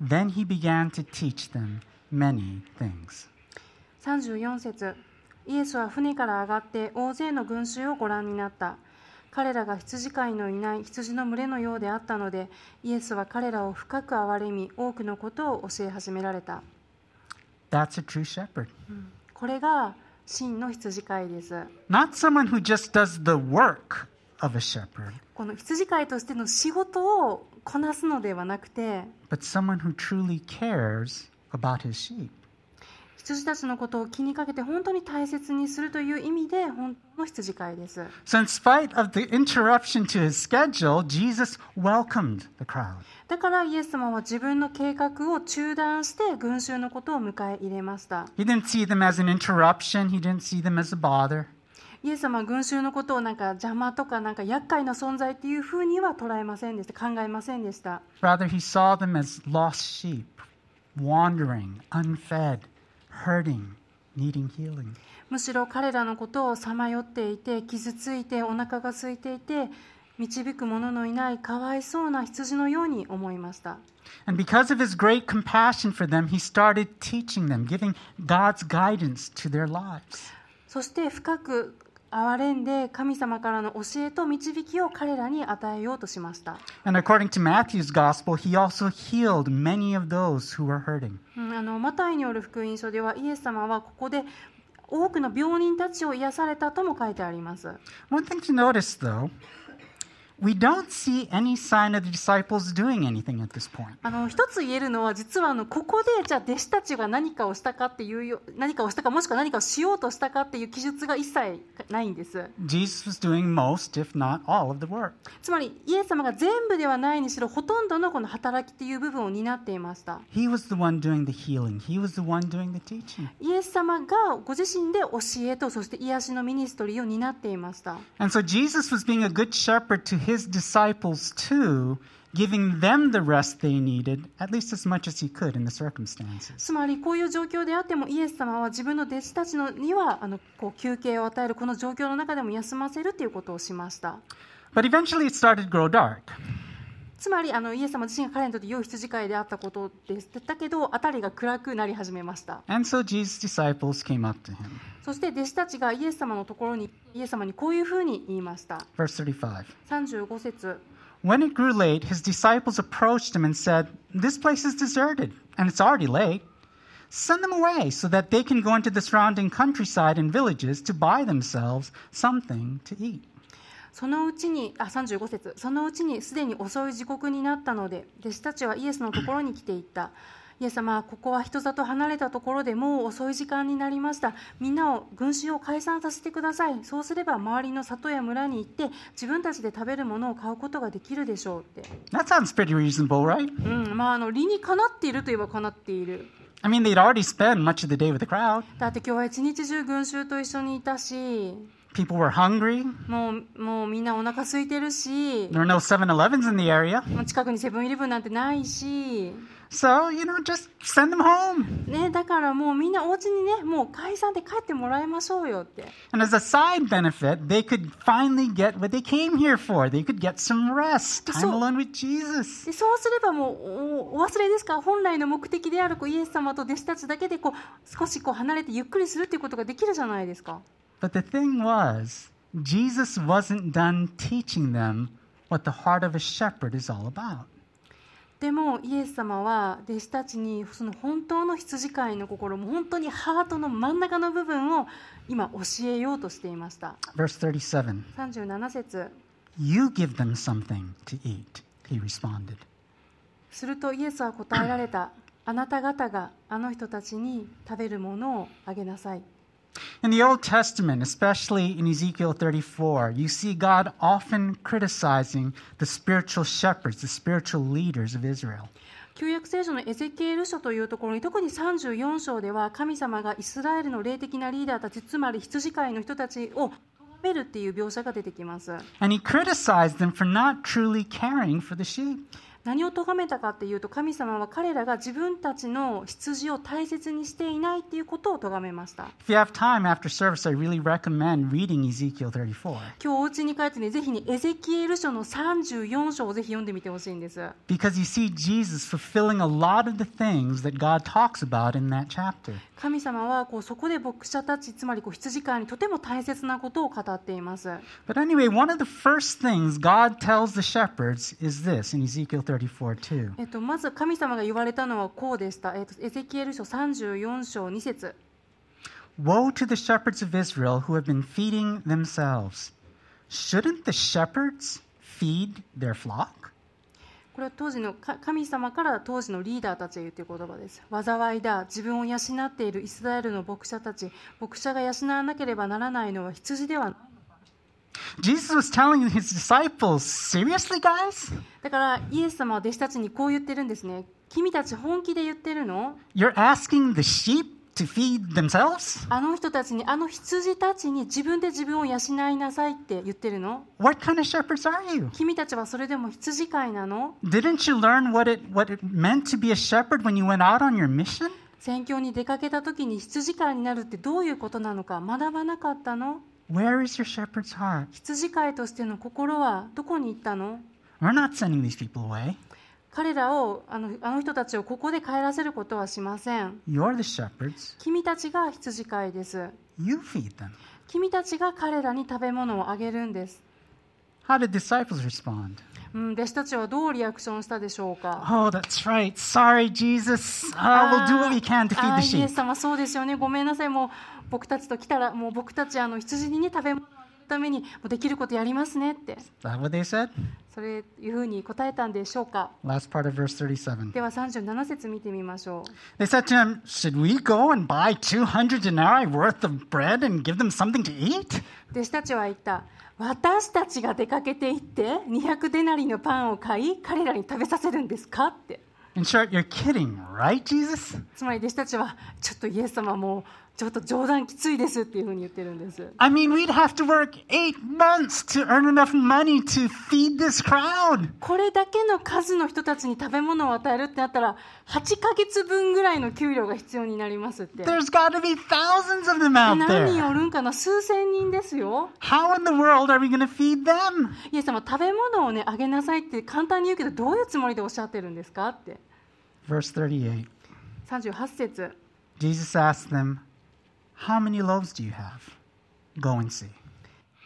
Speaker 1: Then he began to teach them many things.
Speaker 2: 34節イエスは船から上がって大勢の群衆をご覧になった彼らが羊飼いのいない羊の群れのようであったのでイエスは彼らを深く憐れみ多くのことを教え始められた
Speaker 1: That's a true shepherd.
Speaker 2: これが真の羊飼いです
Speaker 1: Not someone who just does the work of a shepherd,
Speaker 2: この羊飼いとしての仕事をこなすのではなくて
Speaker 1: but someone who truly cares about his sheep.
Speaker 2: 羊たちのことを気にかけて本当に大切にするという意味で本当の羊飼いです
Speaker 1: So, in spite of the interruption to his schedule, Jesus welcomed the crowd.
Speaker 2: だからイエス様は自分の計画を中断して群衆のことを迎え入れました
Speaker 1: He didn't see them as an interruption, he didn't see them as a bother.
Speaker 2: イエス様は群衆のことをなんか邪魔とかなんか厄介な存在っていうふうには捉えませんでした考えませんでした
Speaker 1: Rather, he saw them as lost sheep, wandering, unfed, hurting, needing healing.
Speaker 2: むしろ彼らのことをさまよっていて傷ついてお腹が空いていて導く者のいないかわいそうな羊のように思いました
Speaker 1: And because of his great compassion for them, he started teaching them, giving God's guidance to their lives.
Speaker 2: そして深く憐れんで神様からの教えと導きを彼らに与えようとしました
Speaker 1: And according to Matthew's gospel, he also healed many of those who were hurting.
Speaker 2: うんあのマタイによる福音書ではイエス様はここで多くの病人たちを癒されたとも書いてあります
Speaker 1: One thing to notice, though, we don't see any sign of the disciples doing anything at this point.
Speaker 2: あの一つ言えるのは実はあのここでじゃあ弟子たちが何かをしたかっていうよ何かをしたかもしくは何かをしようとしたかっていう記述が一切ないんです
Speaker 1: Jesus was doing most, if not all, of the work.
Speaker 2: つまりイエス様が全部ではないにしろほとんどのこの働きっていう部分を担っていました
Speaker 1: He was the one doing the healing, he was the one doing the teaching.
Speaker 2: イエス様がご自身で教えとそして癒しのミニストリーを担っていました
Speaker 1: And so Jesus was being a good shepherd to his disciples too, giving them the rest they needed, at least as much as he could in the circumstances.
Speaker 2: つまりこういう状況であってもイエス様は自分の弟子たちのにはあのこう休憩を与えるこの状況の中でも休ませるっていうことをしました
Speaker 1: But eventually it started to grow dark.
Speaker 2: つまりあのイエス様自身が彼にとって良い羊飼いであったことですだけど辺りが暗くなり始めました
Speaker 1: And so Jesus' disciples came up to him.
Speaker 2: そして弟子たちがイエス様のところにイエス様にこういうふうに言いました
Speaker 1: Verse 35.
Speaker 2: 35節
Speaker 1: When it grew late, his disciples approached him and said, This place is deserted, and it's already late. Send them away so that they can go into the surrounding countryside and villages to buy themselves something to eat.
Speaker 2: そのうちにあ35節そのうちにすでに遅い時刻になったので弟子たちはイエスのところに来ていったイエス様はここは人里離れたところでもう遅い時間になりましたみんなを群衆を解散させてくださいそうすれば周りの里や村に行って自分たちで食べるものを買うことができるでしょうって
Speaker 1: That sounds pretty reasonable, right?
Speaker 2: うんまあ、あの理にかなっているといえばかなっている
Speaker 1: I mean, they'd already spent much of the day with the crowd.
Speaker 2: だって今日は一日中群衆と一緒にいたし
Speaker 1: People were hungry.
Speaker 2: もうもうみんなお腹空いてるし
Speaker 1: There were no 7 Elevens in the area.
Speaker 2: もう近くにセブンイレブンなんてないし、
Speaker 1: So, you know, just send them home.
Speaker 2: ね、だからもうみんなお家にねもう解散で帰ってもらいましょうよって
Speaker 1: And as a side benefit, they could finally get what they came here for. They could get some rest, time
Speaker 2: So-
Speaker 1: alone with Jesus.
Speaker 2: でそうすればもうおお忘れですか本来の目的であるこうイエス様と弟子たちだけでこう少しこう離れてゆっくりするっていうことができるじゃないですか
Speaker 1: But the thing was, Jesus wasn't done teaching them what the heart of a shepherd is all about.
Speaker 2: でもイエス様は弟子たちにその本当の羊飼いの心も本当にハートの真ん中の部分を今教えようとしていました
Speaker 1: Verse 37
Speaker 2: 37節
Speaker 1: You give them something to eat, he responded.
Speaker 2: するとイエスは答えられたあなた方があの人たちに食べるものをあげなさい
Speaker 1: In the Old Testament, especially in Ezekiel 34, you see God often criticizing the spiritual shepherds, the spiritual leaders of Israel.
Speaker 2: 旧約聖書のエゼキエル書というところに特に34章では神様がイスラエルの霊的なリーダーたちつまり羊飼いの人たちを食べるっていう描写が出てきます
Speaker 1: And he criticized them for not truly caring for the sheep.
Speaker 2: 何を咎めたかっていうと神様は彼らが自分たちの羊を大切にしていないっていうことを咎めました
Speaker 1: If you have time after service, I really recommend reading Ezekiel 34.
Speaker 2: 今日お家に帰ってねぜひねエゼキエル書の34章をぜひ読んでみてほしいんです
Speaker 1: Because you see Jesus fulfilling a lot of the things that God talks about in that chapter.
Speaker 2: 神様はこうそこで牧者たちつまりこう羊飼いにとても大切なことを語っています
Speaker 1: But anyway, one of the first things God tells the shepherds is this in Ezekiel 34 too.
Speaker 2: えっと、まず神様が言われたのはこうでした、えっと、エゼキエル書34章2節
Speaker 1: Woe to the shepherds of Israel who have been feeding themselves, Shouldn't the shepherds feed their flock?
Speaker 2: これは当時のか神様から当時のリーダーたちへ言っている言葉です。災いだ、自分を養っているイスラエルの牧者たち、牧者が養わなければならないのは羊ではない。
Speaker 1: Jesus was telling his disciples, seriously, guys?
Speaker 2: だからイエス様は弟子たちにこう言ってるんですね。君たち本気で言ってるの
Speaker 1: You're asking the sheep to feed themselves?
Speaker 2: あの人たちに、あの羊たちに自分で自分を養いなさいって言ってるの
Speaker 1: What kind of shepherds are you?
Speaker 2: 君たちはそれでも羊飼いなの
Speaker 1: Didn't you learn what it, what it meant to be a shepherd when you went out on your mission?
Speaker 2: 宣教に出かけた時に羊飼いになるってどういうことなのか学ばなかったの
Speaker 1: Where is your shepherd's heart?
Speaker 2: 羊飼いとしての心はどこに行ったの
Speaker 1: We're not sending these people away.
Speaker 2: 彼らをあのあの人たちをここで帰らせることはしません
Speaker 1: You're the shepherds.
Speaker 2: 君たちが羊飼いです
Speaker 1: You feed them.
Speaker 2: 君たちが彼らに食べ物をあげるんです、
Speaker 1: How did disciples respond?
Speaker 2: うん、弟子たちはどうリアクションしたでしょうか
Speaker 1: Oh, that's right. Sorry, Jesus. Uh, we'll do what we can to feed
Speaker 2: あ
Speaker 1: the
Speaker 2: あイエ
Speaker 1: sheep.
Speaker 2: ス様そうですよねごめんなさいもう僕たちと来たらもう僕たちあの羊にね食べ物をあげるためにもうできることやりますねって
Speaker 1: Is that what they said?
Speaker 2: それいうふうに答えたんでしょうか
Speaker 1: Last part of verse 37.
Speaker 2: では37節見てみましょう
Speaker 1: They said to him, Should we go and buy 200 denarii worth of bread and give them something to eat?
Speaker 2: 弟子たちは言った私たちが出かけて行って200デナリのパンを買い彼らに食べさせるんですかって
Speaker 1: In short, you're kidding, right, Jesus?
Speaker 2: つまり弟子たちはちょっとイエス様もうちょっと冗談きついですっていうふうに言ってるんです
Speaker 1: I mean, we'd have to work eight months to earn enough money to feed this crowd.
Speaker 2: これだけの数の人たちに食べ物を与えるってなったら8ヶ月分ぐらいの給料が必要になりますって
Speaker 1: There's got to be thousands of them out
Speaker 2: 何人
Speaker 1: there.
Speaker 2: おるんかな数千人ですよ
Speaker 1: How in the world are we going to feed them?
Speaker 2: イエス様食べ物をねあげなさいって簡単に言うけどどういうつもりでおっしゃってるんですかって
Speaker 1: Verse 38.
Speaker 2: 38節
Speaker 1: Jesus asked them, How many loaves do you have? Go and see.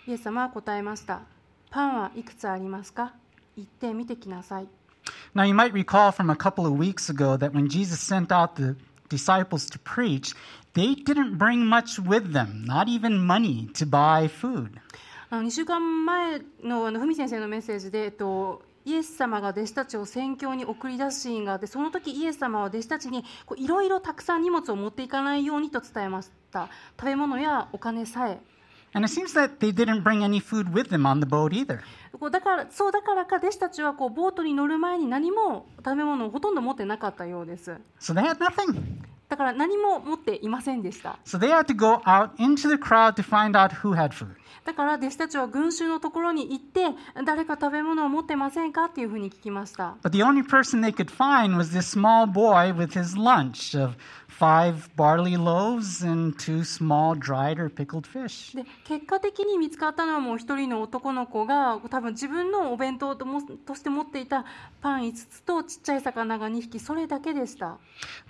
Speaker 2: イエス様は答えました。パンはいくつありますか行って見てきなさい。
Speaker 1: Now, you might recall from a couple of weeks ago that when Jesus sent out the disciples to preach, they didn't bring much with them, not even money to buy food.
Speaker 2: あの2週間前のあの文先生のメッセージで、えっと、イエス様が弟子たちを宣教に送り出すシーンがあってその時イエス様は弟子たちにこういろいろたくさん荷物を持っていかないようにと伝えました食べ物やお金さえ
Speaker 1: And it seems that they didn't bring any food with them on the boat either.
Speaker 2: こうだからそうだからか弟子たちはこうボートに乗る前に何も食べ物をほとんど持ってなかったようです
Speaker 1: So they had nothing.
Speaker 2: だから何も持っていませんでした
Speaker 1: So they had to go out into the crowd to find out who had food.
Speaker 2: だから弟子たちは群衆のところに行って誰か食べ物を持ってませんかっていうふうに聞きました
Speaker 1: But the only person they could find was this small boy with his lunch of five barley loaves and two small dried or pickled fish.
Speaker 2: で結果的に見つかったのはもう一人の男の子が多分自分のお弁当ともとして持っていたパン5つとちっちゃい魚が2匹それだけでした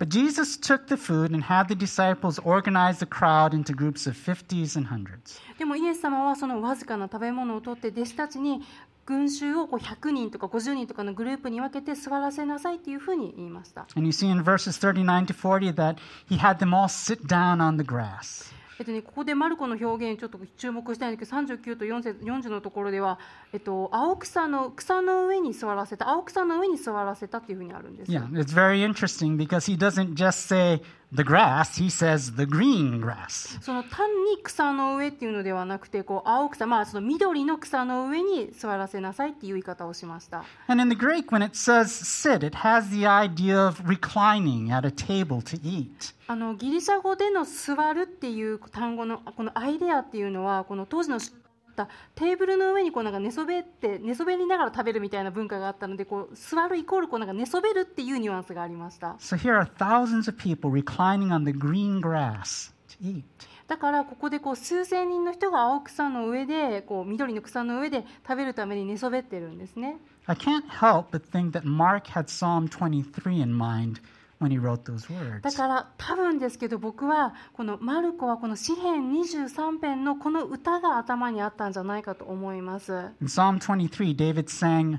Speaker 1: But Jesus took the food and had the disciples organize the crowd into groups of 50s and hundreds.
Speaker 2: でもイエス様はそのわずかな食べ物を取って弟子たちに群衆をこう100人とか50人とかのグループに分けて座らせなさいっていうふうに言いました
Speaker 1: And you see in verses 39 to 40 that he had them all sit down on the grass.
Speaker 2: えっとね、ここでマルコの表現にちょっと注目したいんだけど39と4節40のところでは、えっと、青草の草の上に座らせた青草の上に座らせたっていうふうにあるんですよ
Speaker 1: Yeah, it's very interesting because he doesn't just say the grass, he says the green grass.
Speaker 2: その単に草の上っていうのではなくてこう青草、まあ、その緑の草の上に座らせなさいっていう言い方をしました、
Speaker 1: And in the Greek, when it says sit, it has the idea of reclining at a table to eat.
Speaker 2: あのギリシャ語での「座る」っていう単語のこのアイデアっていうのはこの当時のしったテーブルの上にこうなんか寝そべって寝そべりながら食べるみたいな文化があったのでこう座るイコールこうなんか寝そべるっていうニュアンスがありました
Speaker 1: So here are thousands of people reclining on the green grass to eat.
Speaker 2: だからここでこう数千人の人が青草の上でこう緑の草の上で食べるために寝そべってるんですね
Speaker 1: I can't help but think that Mark had Psalm 23 in mind when he wrote those
Speaker 2: だ
Speaker 1: words.
Speaker 2: から多分ですけど僕はこのマルコはこの詩編23編のこの歌が頭にあったんじゃないかと思います
Speaker 1: In Psalm 23, David sang,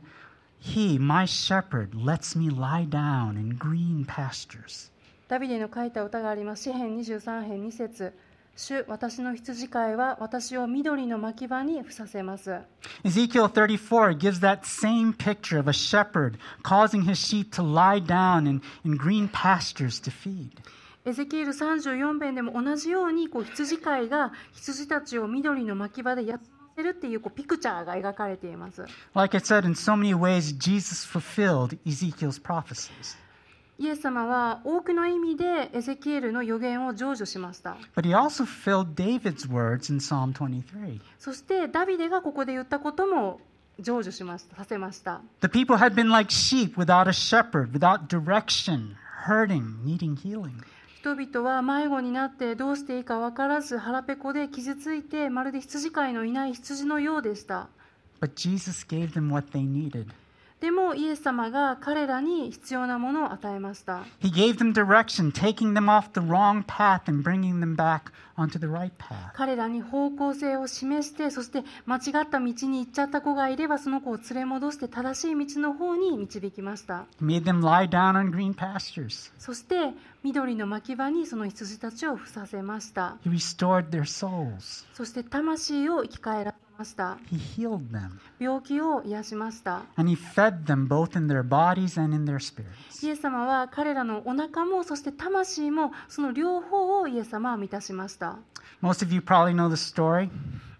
Speaker 1: He, my shepherd, lets me lie down in green pastures.
Speaker 2: ダビデの書いた歌があります詩編23編2節主私の羊飼いは私を緑の牧場にふさせます
Speaker 1: Ezekiel 34 gives that same picture of a shepherd causing his sheep to lie down in, in green pastures to feed.
Speaker 2: エゼキエル34編でも同じようにこう羊飼いが羊たちを緑の牧場で休ませるっていうこうピクチャーが描かれています
Speaker 1: Like I said, in so many ways, Jesus fulfilled Ezekiel's prophecies,
Speaker 2: イエス様は多くの意味でエゼキエルの予言を成就しました
Speaker 1: but he also fulfilled David's words in Psalm 23.
Speaker 2: そしてダビデがここで言ったことも成就しましたさせました
Speaker 1: The people had been like sheep without a shepherd, without direction, hurting, needing healing.
Speaker 2: 人々は迷子になってどうしていいか分からず腹ペコで傷ついてまるで羊飼いのいない羊のようでした
Speaker 1: But Jesus gave them what they needed.
Speaker 2: でもイエス様が彼らに必要なものを与えました
Speaker 1: He gave them direction, taking them off the wrong path and bringing them back onto the right path.
Speaker 2: 彼らに方向性を示してそして間違った道に行っちゃった子がいればその子を連れ戻して正しい道の方に導きました
Speaker 1: He made them lie down on green pastures.
Speaker 2: そして緑の牧場にその羊たちをふさせました
Speaker 1: He restored their souls.
Speaker 2: そして魂を生き返らせました。
Speaker 1: He healed them.
Speaker 2: 病気を癒しました。
Speaker 1: And he fed them both in their bodies and in their spirits.
Speaker 2: イエス様は彼らのお腹もそして魂もその両方をイエス様は満たしました。
Speaker 1: Most of you probably know the story.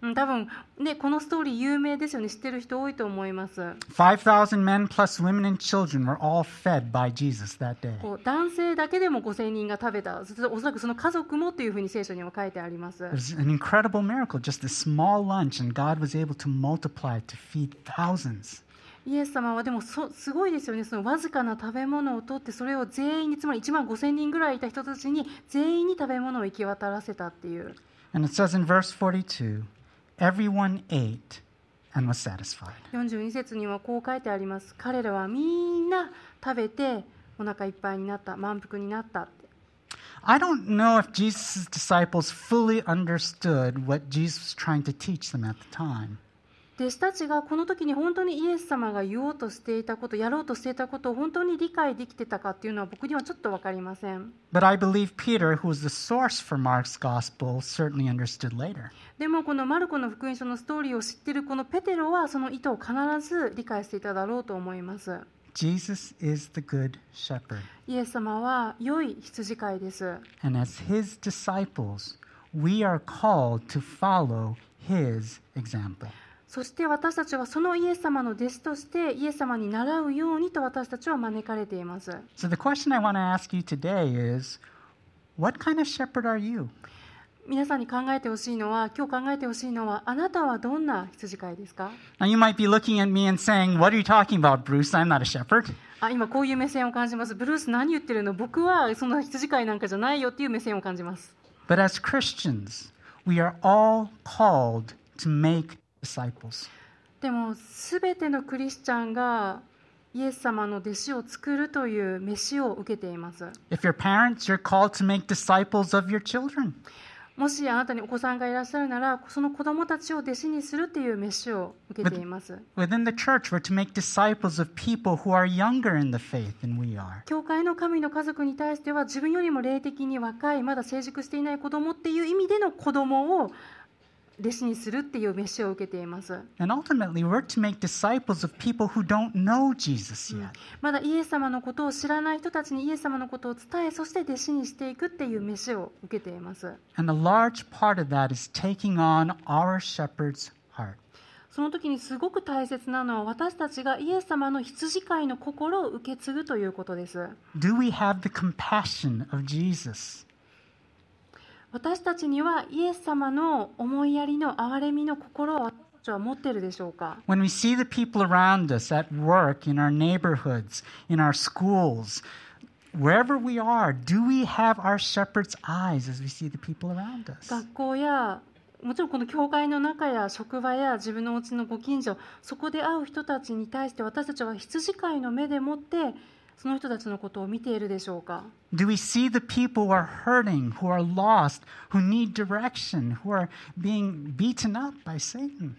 Speaker 2: うん、多分ね、このストーリー有名ですよね。知ってる人多いと思います。
Speaker 1: 5,000 men plus women and children were all fed by Jesus that day.
Speaker 2: こう男性だけでも5000人が食べた、そしておそらくその家族もというふうに聖書には書いてあります
Speaker 1: It。was an incredible miracle, just a small lunch, and God was able to multiply it to feed thousands.
Speaker 2: イエス様はでもそすごいですよね、そのわずかな食べ物を取って、それを全員に、つまり1万5000人ぐらいいた人たちに、全員に食べ物を行き渡らせたっていう。
Speaker 1: And it says in verse 42 everyone ate and was satisfied.
Speaker 2: 42節にはこう書いてあります彼らはみんな食べてお腹いっぱいになった満腹になったって
Speaker 1: I don't know if Jesus' disciples fully understood what Jesus was trying to teach them at the time.
Speaker 2: 弟子たちがこの時に本当にイエス様が言おうとしていたことやろうとしていたことを本当に理解できてたかっていうのは僕にはちょっと分かりません
Speaker 1: But I believe Peter, who was the source for Mark's gospel, certainly understood later.
Speaker 2: でもこのマルコの福音書のストーリーを知ってるこのペテロはその意図を必ず理解していただろうと思います
Speaker 1: Jesus is the good shepherd.
Speaker 2: イエス様は良い羊飼いです
Speaker 1: And as his disciples, we are called to follow his example.
Speaker 2: そして私たちはそのイエス様の弟子としてイエス様に習うようにと私たちは招かれています
Speaker 1: So the question I want to ask you today is what kind of shepherd are you?
Speaker 2: 皆さんに考えてほしいのは今日考えてほしいのはあなたはどんな羊飼いですか
Speaker 1: Now you might be looking at me and saying, What are you talking about, Bruce? I'm not a shepherd.
Speaker 2: あ今こういう目線を感じますブルース何言ってるの僕はそんな羊飼いなんかじゃないよっていう目線を感じます
Speaker 1: But as Christians, we are all called to make disciples.
Speaker 2: でも全てのクリスチャンがイエス様の弟子を作るという飯を受けています
Speaker 1: If you're parents, you're called to make disciples of your children.
Speaker 2: もしあなたにお子さんがいらっしゃるならその子供たちを弟子にするっていう飯を受けています
Speaker 1: Within the church, we're to make disciples of people who are younger in the faith than we are.
Speaker 2: 教会の神の家族に対しては自分よりも霊的に若いまだ成熟していない子供っていう意味での子供を弟子にするっていう飯を受けています
Speaker 1: And ultimately, we're to make disciples of people who don't know Jesus yet.
Speaker 2: まだイエス様のことを知らない人たちにイエス様のことを伝えそして弟子にしていくっていう飯を受けています
Speaker 1: And a large part of that is taking on our shepherd's heart.
Speaker 2: その時にすごく大切なのは私たちがイエス様の羊飼いの心を受け継ぐということです
Speaker 1: Do we have the compassion of Jesus?
Speaker 2: 私たちにはイエス様の思いやりの憐れみの心を私たちは持ってるでしょうか
Speaker 1: When we see the people around us at work, in our neighborhoods, in our schools, wherever we are, do we have our shepherd's eyes as we see the people around us?
Speaker 2: 学校やもちろんこの教会の中や職場や自分のお家のご近所そこで会う人たちに対して私たちは羊飼いの目でもってその人たちのことを見ているでしょうか
Speaker 1: Do we see the people who are hurting, who are lost, who need direction, who are being beaten up by Satan?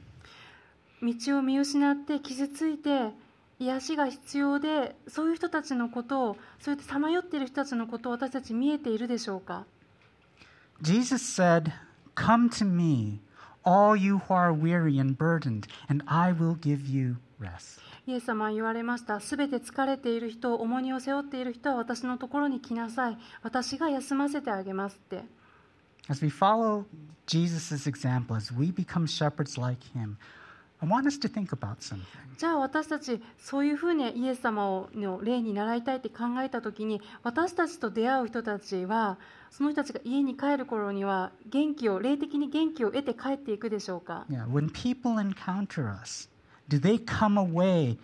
Speaker 2: 道を見失って傷ついて癒しが必要でそういう人たちのことをそうやってさまよっている人たちのことを私たち見えているでしょうか
Speaker 1: Jesus said, Come to me, all you who are weary and burdened, and I will give you rest.
Speaker 2: イエス様は言われました。すべて疲れている人、重荷を背負っている人は私のところに来なさい。私が休ませてあげますって。
Speaker 1: As we follow Jesus' example, as we become shepherds like him, I want us to think about something.
Speaker 2: じゃあ私たちそういうふうにイエス様をの例に習いたいって考えた時に私たちと出会う人たちはその人たちが家に帰る頃には元気を霊的に元気を得て帰っていくでしょうか
Speaker 1: Yeah, when people encounter us, do they come away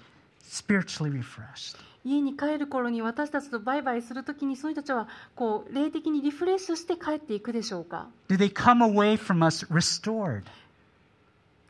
Speaker 1: spiritually refreshed?
Speaker 2: 家に帰る頃に私たちとバイバイする時にその人たちはこう霊的にリフレッシュして帰っていくでしょうか
Speaker 1: Do they come away from us restored?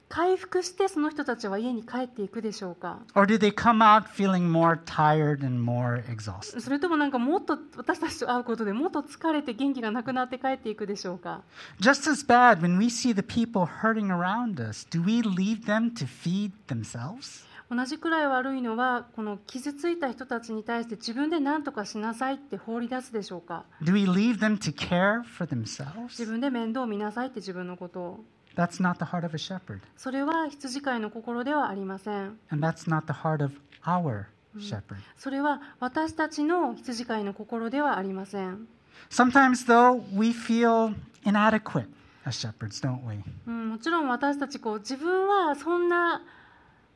Speaker 2: 回復してその人たちは家に帰っていくでしょうか
Speaker 1: Or do they come out feeling more tired and more exhausted?
Speaker 2: それともなんかもっと私たちと会うことでもっと疲れて元気がなくなって帰っていくでしょうか
Speaker 1: Just as bad, when we see the people hurting around us, do we leave them to feed themselves?
Speaker 2: 同じくらい悪いのはこの傷ついた人たちに対して自分で何とかしなさいって放り出すでしょうか
Speaker 1: Do we leave them to care for themselves?
Speaker 2: 自分で面倒を見なさいって自分のことを
Speaker 1: That's not the heart of a shepherd,
Speaker 2: それは羊飼いの心ではありません
Speaker 1: and that's not the heart of our shepherd.
Speaker 2: それは私たちの羊飼いの心ではありません、
Speaker 1: Sometimes, though, we feel inadequate as shepherds, don't we?
Speaker 2: うん、もちろん私たちこう自分はそんな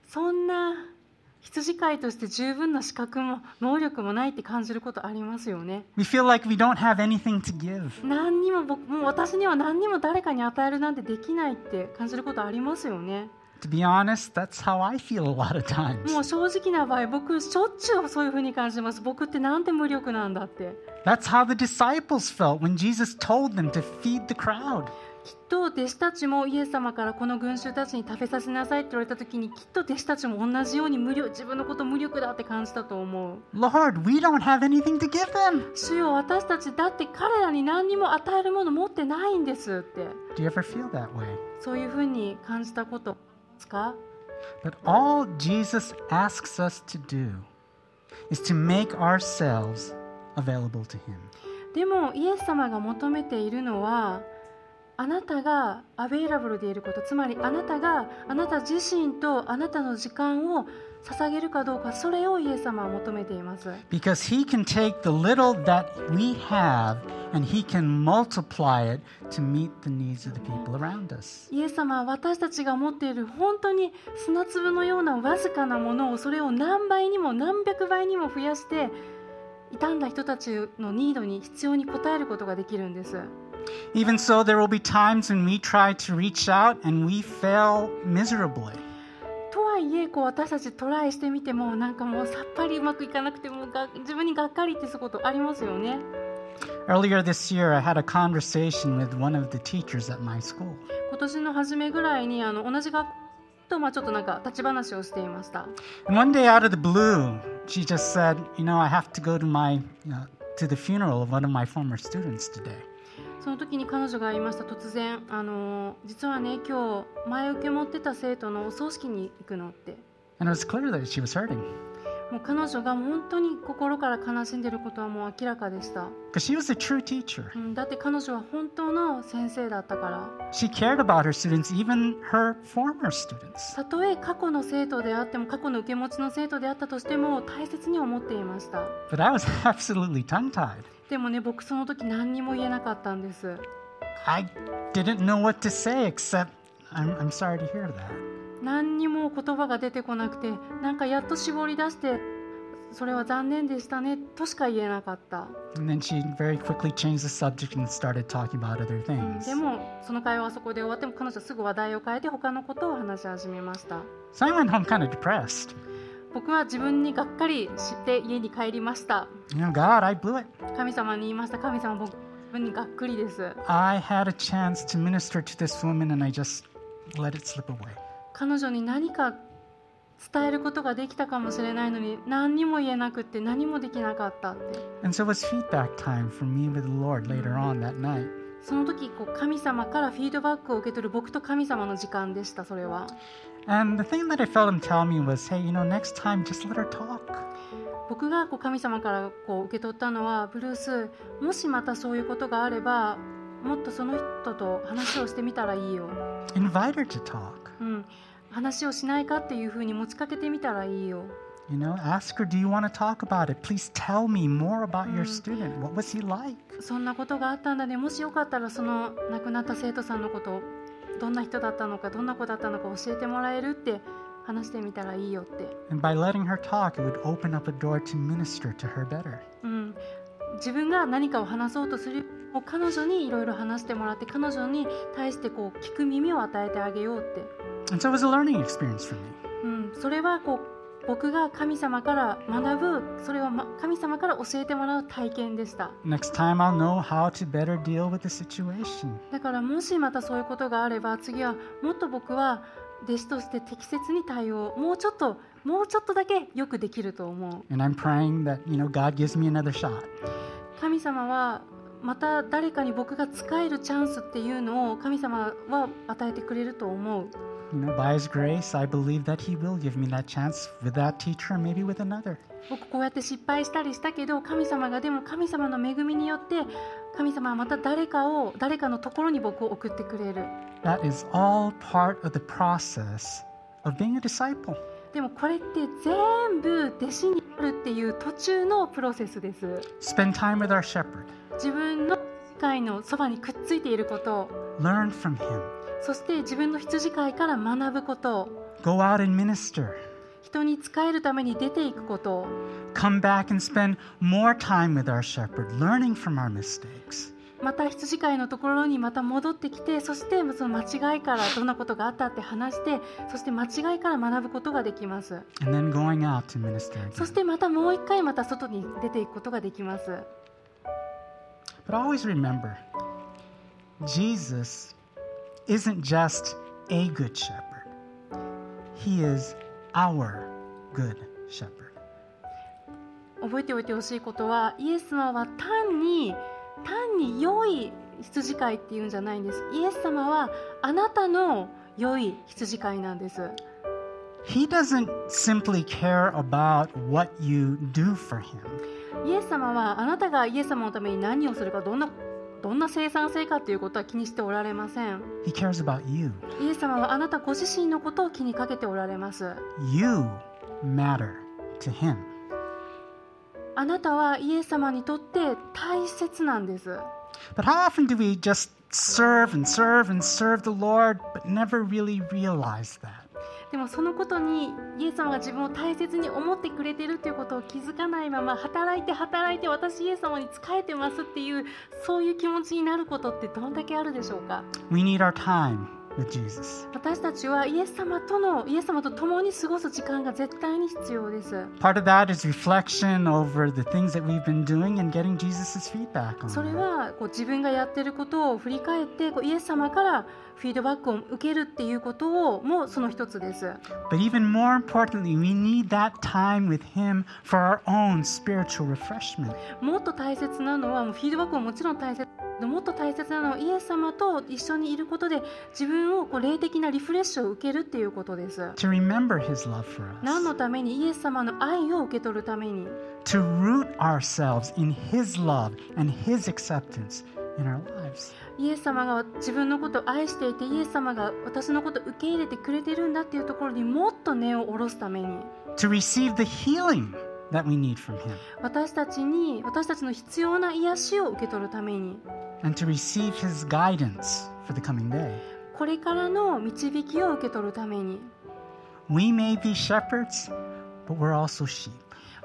Speaker 2: そんな羊飼いとして十分な資格も能力もないって感じることありますよね
Speaker 1: We feel like we don't have anything to give.
Speaker 2: 何にも僕もう私には何にも誰かに与えるなんてできないって感じることありますよね
Speaker 1: To be honest, that's how I feel a lot of times.
Speaker 2: もう正直な場合僕しょっちゅうそういうふうに感じます僕ってなんて無力なんだって
Speaker 1: That's how the disciples felt when Jesus told them to feed the crowd.
Speaker 2: きっと弟子たちもイエス様からこの群衆たちに食べさせなさいって言われた時にきっと弟子たちも同じように無力自分のこと無力だって感じたと思う
Speaker 1: Lord, we don't have anything to give them.
Speaker 2: 主よ私たちだって彼らに何にも与えるもの持ってないんですって
Speaker 1: Do you ever feel that way?
Speaker 2: そういうふうに感じたことですか
Speaker 1: But all Jesus asks us to do is to make ourselves available to Him.
Speaker 2: でもイエス様が求めているのはあなたがアベイラブルでいることつまりあなたがあなた自身とあなたの時間を捧げるかどうかそれをイエス様は求めています
Speaker 1: Because He can take the little that we have and He can multiply it to meet the needs of the people around us.
Speaker 2: イエス様は私たちが持っている本当に砂粒のようなわずかなものをそれを何倍にも何百倍にも増やして傷んだ人たちのニードに必要に応えることができるんです
Speaker 1: Even so, there will be times when we try to reach out and we fail miserably.
Speaker 2: とはいえこう私たちトライしてみてもなんかもうさっぱりうまくいかなくてもうが自分にがっかりってすることありますよね
Speaker 1: Earlier this year, I had a conversation with one of the teachers at my school.
Speaker 2: 今年の初めぐらいにあの同じ学校とまあちょっとなんか立ち話をしていました
Speaker 1: And one day, out of the blue, she just said, "You know, I have to go to my you know, to the funeral of one of my former students today."
Speaker 2: その時に彼女が言いました突然あの実はね今日前受け持ってた生徒のお葬式に行くのって
Speaker 1: And it was clear that she was hurting
Speaker 2: もう彼女が本当に心から悲しんでることはもう明らかでした、
Speaker 1: because she was a true teacher.
Speaker 2: うん、だって彼女は本当の先生だったから
Speaker 1: She cared about her students, even her former students.
Speaker 2: たとえ過去の生徒であっても過去の受け持ちの生徒であったとしても大切に思っていました
Speaker 1: But I was [laughs] absolutely tongue-tied.
Speaker 2: でもね僕その時何にも言えなかったんです
Speaker 1: I didn't know what to say except, "I'm, I'm sorry to hear that."
Speaker 2: 何にも言葉が出てこなくてなんかやっと絞り出してそれは残念でしたねとしか言えなかった、
Speaker 1: And then she very quickly changed the subject and started talking about other
Speaker 2: うん
Speaker 1: things.
Speaker 2: でもその会話はそこで終わっても彼女はすぐ話題を変えて他のことを話し始めました
Speaker 1: So I went home kind of depressed.
Speaker 2: 僕は自分にがっかりして家に帰りました
Speaker 1: You know, God, I blew it.
Speaker 2: 神様に言いました神様僕自分にがっくりです
Speaker 1: I had a chance to minister to this woman and I just let it slip away.
Speaker 2: 彼女に何か伝えることができたかもしれないのに何にも言えなくって何もできなかったって
Speaker 1: And so it was feedback time for me with the Lord later on that night.
Speaker 2: その時こう神様からフィードバックを受け取る僕と神様の時間でしたそれは
Speaker 1: And the thing that I felt him tell me was, hey, you know, next time just let her talk.
Speaker 2: 僕がこう神様からこう受け取ったのはブルースもしまたそういうことがあればもっとその人と話をしてみたらいいよ、
Speaker 1: Invite her to talk.
Speaker 2: うん、話をしないかっていうふうに持ちかけてみたらいいよ
Speaker 1: You know, ask her, do you want to talk about it? Please tell me more about your student. What was he like?
Speaker 2: そんなことがあったんだねもしよかったらその亡くなった生徒さんのことどんな人だったのかどんな子だったのか教えてもらえるって話してみたらいいよって、
Speaker 1: And by letting her talk, it would open up a door to minister to her better.
Speaker 2: うん、自分が何かを話そうとするもう彼女にいろいろ話してもらって彼女に対してこう聞く耳を与えてあげようって、
Speaker 1: And so it was a learning experience for me.
Speaker 2: うん、それはこう僕が神様から学ぶそれは、ま、神様から教えてもらう体験でした
Speaker 1: Next time, I'll know how to better deal with the situation.
Speaker 2: だからもしまたそういうことがあれば次はもっと僕は弟子として適切に対応もうちょっともうちょっとだけよくできると思う
Speaker 1: And I'm praying that, you know, God gives me another shot.
Speaker 2: 神様はまた誰かに僕が使えるチャンスっていうのを神様は与えてくれると思う
Speaker 1: You know, by His grace, I believe that He will give me that chance with that teacher, maybe with another.
Speaker 2: 僕こうやって失敗したりしたけど神様がでも神様の恵みによって神様はまた誰かを誰かのところに僕を送ってくれる
Speaker 1: That is all part of the process of being a disciple.
Speaker 2: でもこれって全部弟子になるっていう途中のプロセスです
Speaker 1: Spend time with our shepherd,
Speaker 2: 自分の羊飼いのそばにくっついていること
Speaker 1: learn from him,
Speaker 2: そして自分の羊飼いから学ぶこと、
Speaker 1: go out and minister,
Speaker 2: 人に仕えるために出ていくこと、
Speaker 1: come back and spend more time with our shepherd, learning from our mistakes.
Speaker 2: また羊飼いのところにまた戻ってきて、そしてその間違いからどんなことがあったって話して、そして間違いから学ぶことができます。
Speaker 1: And then going out to minister
Speaker 2: そ
Speaker 1: again.
Speaker 2: してまたもう一回また外に出ていくことができます。
Speaker 1: But always remember, Jesus isn't just a good shepherd, he is our good shepherd.
Speaker 2: 覚えておいてほしいことはイエス様は単に単に良い羊飼いっていうんじゃないんですイエス様はあなたの良い羊飼いなんです
Speaker 1: He doesn't simply care about what you do for him.
Speaker 2: イエス様はあなたがイエス様のために何をするかどんなどんな生産性かということは気にしておられません
Speaker 1: He cares about you.
Speaker 2: イエス様はあなたご自身のことを気にかけておられます
Speaker 1: You matter to him.
Speaker 2: あなたはイエス様にとって大切なんです
Speaker 1: But how often do we just serve and serve and serve the Lord, but never really realize that?
Speaker 2: でもそのことにイエス様が自分を大切に思ってくれてるということを気づかないまま働いて働いて私イエス様に仕えてますっていうそういう気持ちになることってどんだけあるでしょうか
Speaker 1: We need our time with Jesus.
Speaker 2: 私たちはイエス様とのイエス様と共に過ごす時間が絶対に必要です
Speaker 1: Part of that is reflection over the things that we've been doing and getting Jesus' feedback on
Speaker 2: それ
Speaker 1: that.
Speaker 2: はこう自分がやってることを振り返ってこうイエス様からフィードバックを受けるっていうことをもうその一つです
Speaker 1: But even more importantly, we need that time with Him for our own spiritual refreshment.
Speaker 2: もっと大切なのはもうフィードバックももちろん大切もっと大切なのはイエス様と一緒にいることで自分をこう霊的なリフレッシュを受けるっていうことです
Speaker 1: to remember his love for
Speaker 2: 何
Speaker 1: us,
Speaker 2: のためにイエス様の愛を受け取るために
Speaker 1: to root ourselves in his love and his acceptance in our lives.
Speaker 2: イエス様が自分のことを愛していてイエス様が私のことを受け入れてくれてるんだっていうところにもっと根を下ろすために
Speaker 1: To receive the healing that we need from him
Speaker 2: 私たちに私たちの必要な癒しを受け取るために
Speaker 1: and to receive his guidance for the coming day.
Speaker 2: これからの導きを受け取るために
Speaker 1: We may be shepherds, but we're also sheep.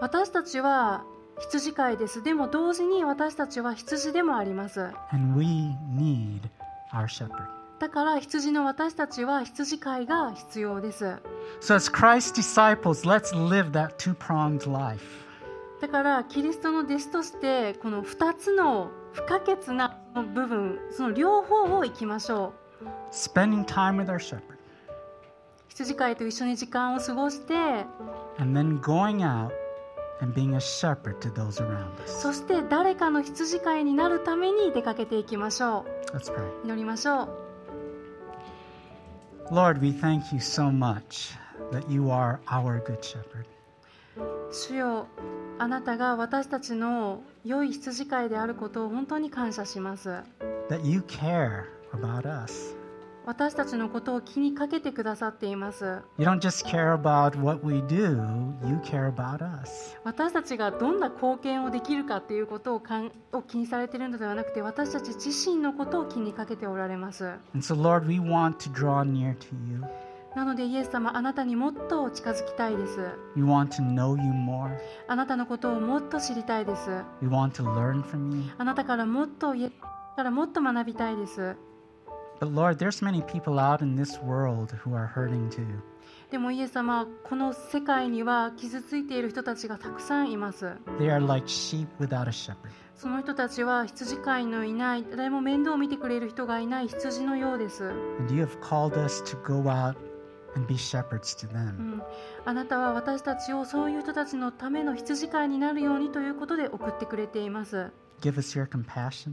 Speaker 2: 私たちは羊飼いですでも同時に私たちは羊でもあります
Speaker 1: And we need our shepherd.
Speaker 2: だから羊の私たちは羊飼いが必要です
Speaker 1: So, as Christ's disciples, let's live that two pronged life.
Speaker 2: だからキリストの弟子としてこの2つの不可欠な部分その両方をいきましょう
Speaker 1: Spending time with our shepherd
Speaker 2: 羊飼いと一緒に時間を過ごして
Speaker 1: and then going out and being a shepherd to those around us.
Speaker 2: そして誰かの羊飼いになるために出かけていきましょ
Speaker 1: Let's pray.
Speaker 2: う祈りましょう
Speaker 1: Lord, we thank you so much that you are our good shepherd.
Speaker 2: 主よあなたが私たちの良い羊飼いであることを本当に感謝します
Speaker 1: that you care about us.
Speaker 2: 私たちのことを気にかけてくださっています
Speaker 1: You don't just care about what we do, you care about us.
Speaker 2: 私たちがどんな貢献をできるかっていうことをかんを気にされているのではなくて私たち自身のことを気にかけておられます
Speaker 1: And so, Lord, we want to draw near to you.
Speaker 2: なのでイエス様あなたにもっと近づきたいです
Speaker 1: We want to know you more.
Speaker 2: あなたのことをもっと知りたいです
Speaker 1: We want to learn from you.
Speaker 2: あなたからもっとイエスからもっと学びたいです
Speaker 1: But, Lord, there's many people out in this world who are hurting too.
Speaker 2: でもイエス様この世界には傷ついている人たちがたくさんいます
Speaker 1: They are like sheep without a shepherd.
Speaker 2: その人たちは羊飼いのいない誰も面倒を見てくれる人がいない羊のようです、
Speaker 1: And you have called us to go out and be shepherds to
Speaker 2: う
Speaker 1: them.
Speaker 2: ん、あなたは私たちをそういう人たちのための羊飼いになるようにということで送ってくれています
Speaker 1: Give us your compassion.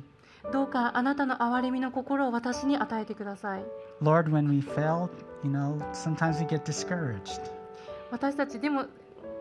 Speaker 2: どうかあなたの憐れみの心を私に与えてください
Speaker 1: Lord, when we fail, you know, sometimes we get discouraged.
Speaker 2: 私たちでも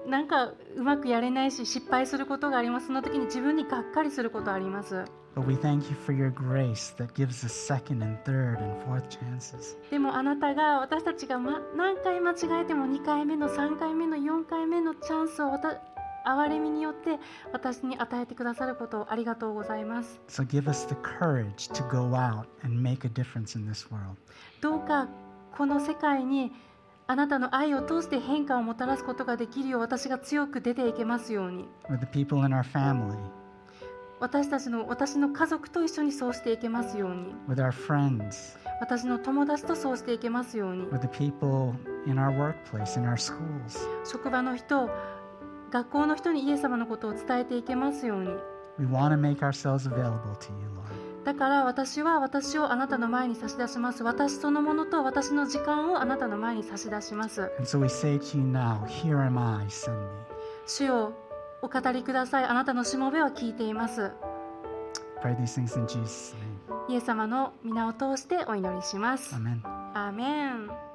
Speaker 2: なんかうまくやれないし失敗することがありますその時に自分にがっかりすることあります
Speaker 1: But we thank you for your grace that gives us second and third and fourth chances.
Speaker 2: でもあなたが私たちが、ま、何回間違えても2回目の3回目の4回目のチャンスをわた憐れみによって私に与えてくださることをありがとうございます
Speaker 1: So give us the courage to go out and make a difference in this world.
Speaker 2: どうかこの世界にあなたの愛を通して変化をもたらすことができるよう私が強く出ていけますように
Speaker 1: With the people in our family,
Speaker 2: 私たちの私の家族と一緒にそうしていけますように
Speaker 1: with our friends,
Speaker 2: 私の友達とそうしていけますように
Speaker 1: with the people in our workplace, in our schools.
Speaker 2: 職場の人学校の人にイエス様のことを伝えていけますように
Speaker 1: We want to make ourselves available to you, Lord.
Speaker 2: だから私は私をあなたの前に差し出します私そのものと私の時間をあなたの前に差し出します
Speaker 1: And so we say to you now, Here am I, send me.
Speaker 2: 主よお語りくださいあなたのしもべは聞いています
Speaker 1: Pray these things in Jesus' name.
Speaker 2: イエス様の皆を通してお祈りします
Speaker 1: Amen.
Speaker 2: アーメン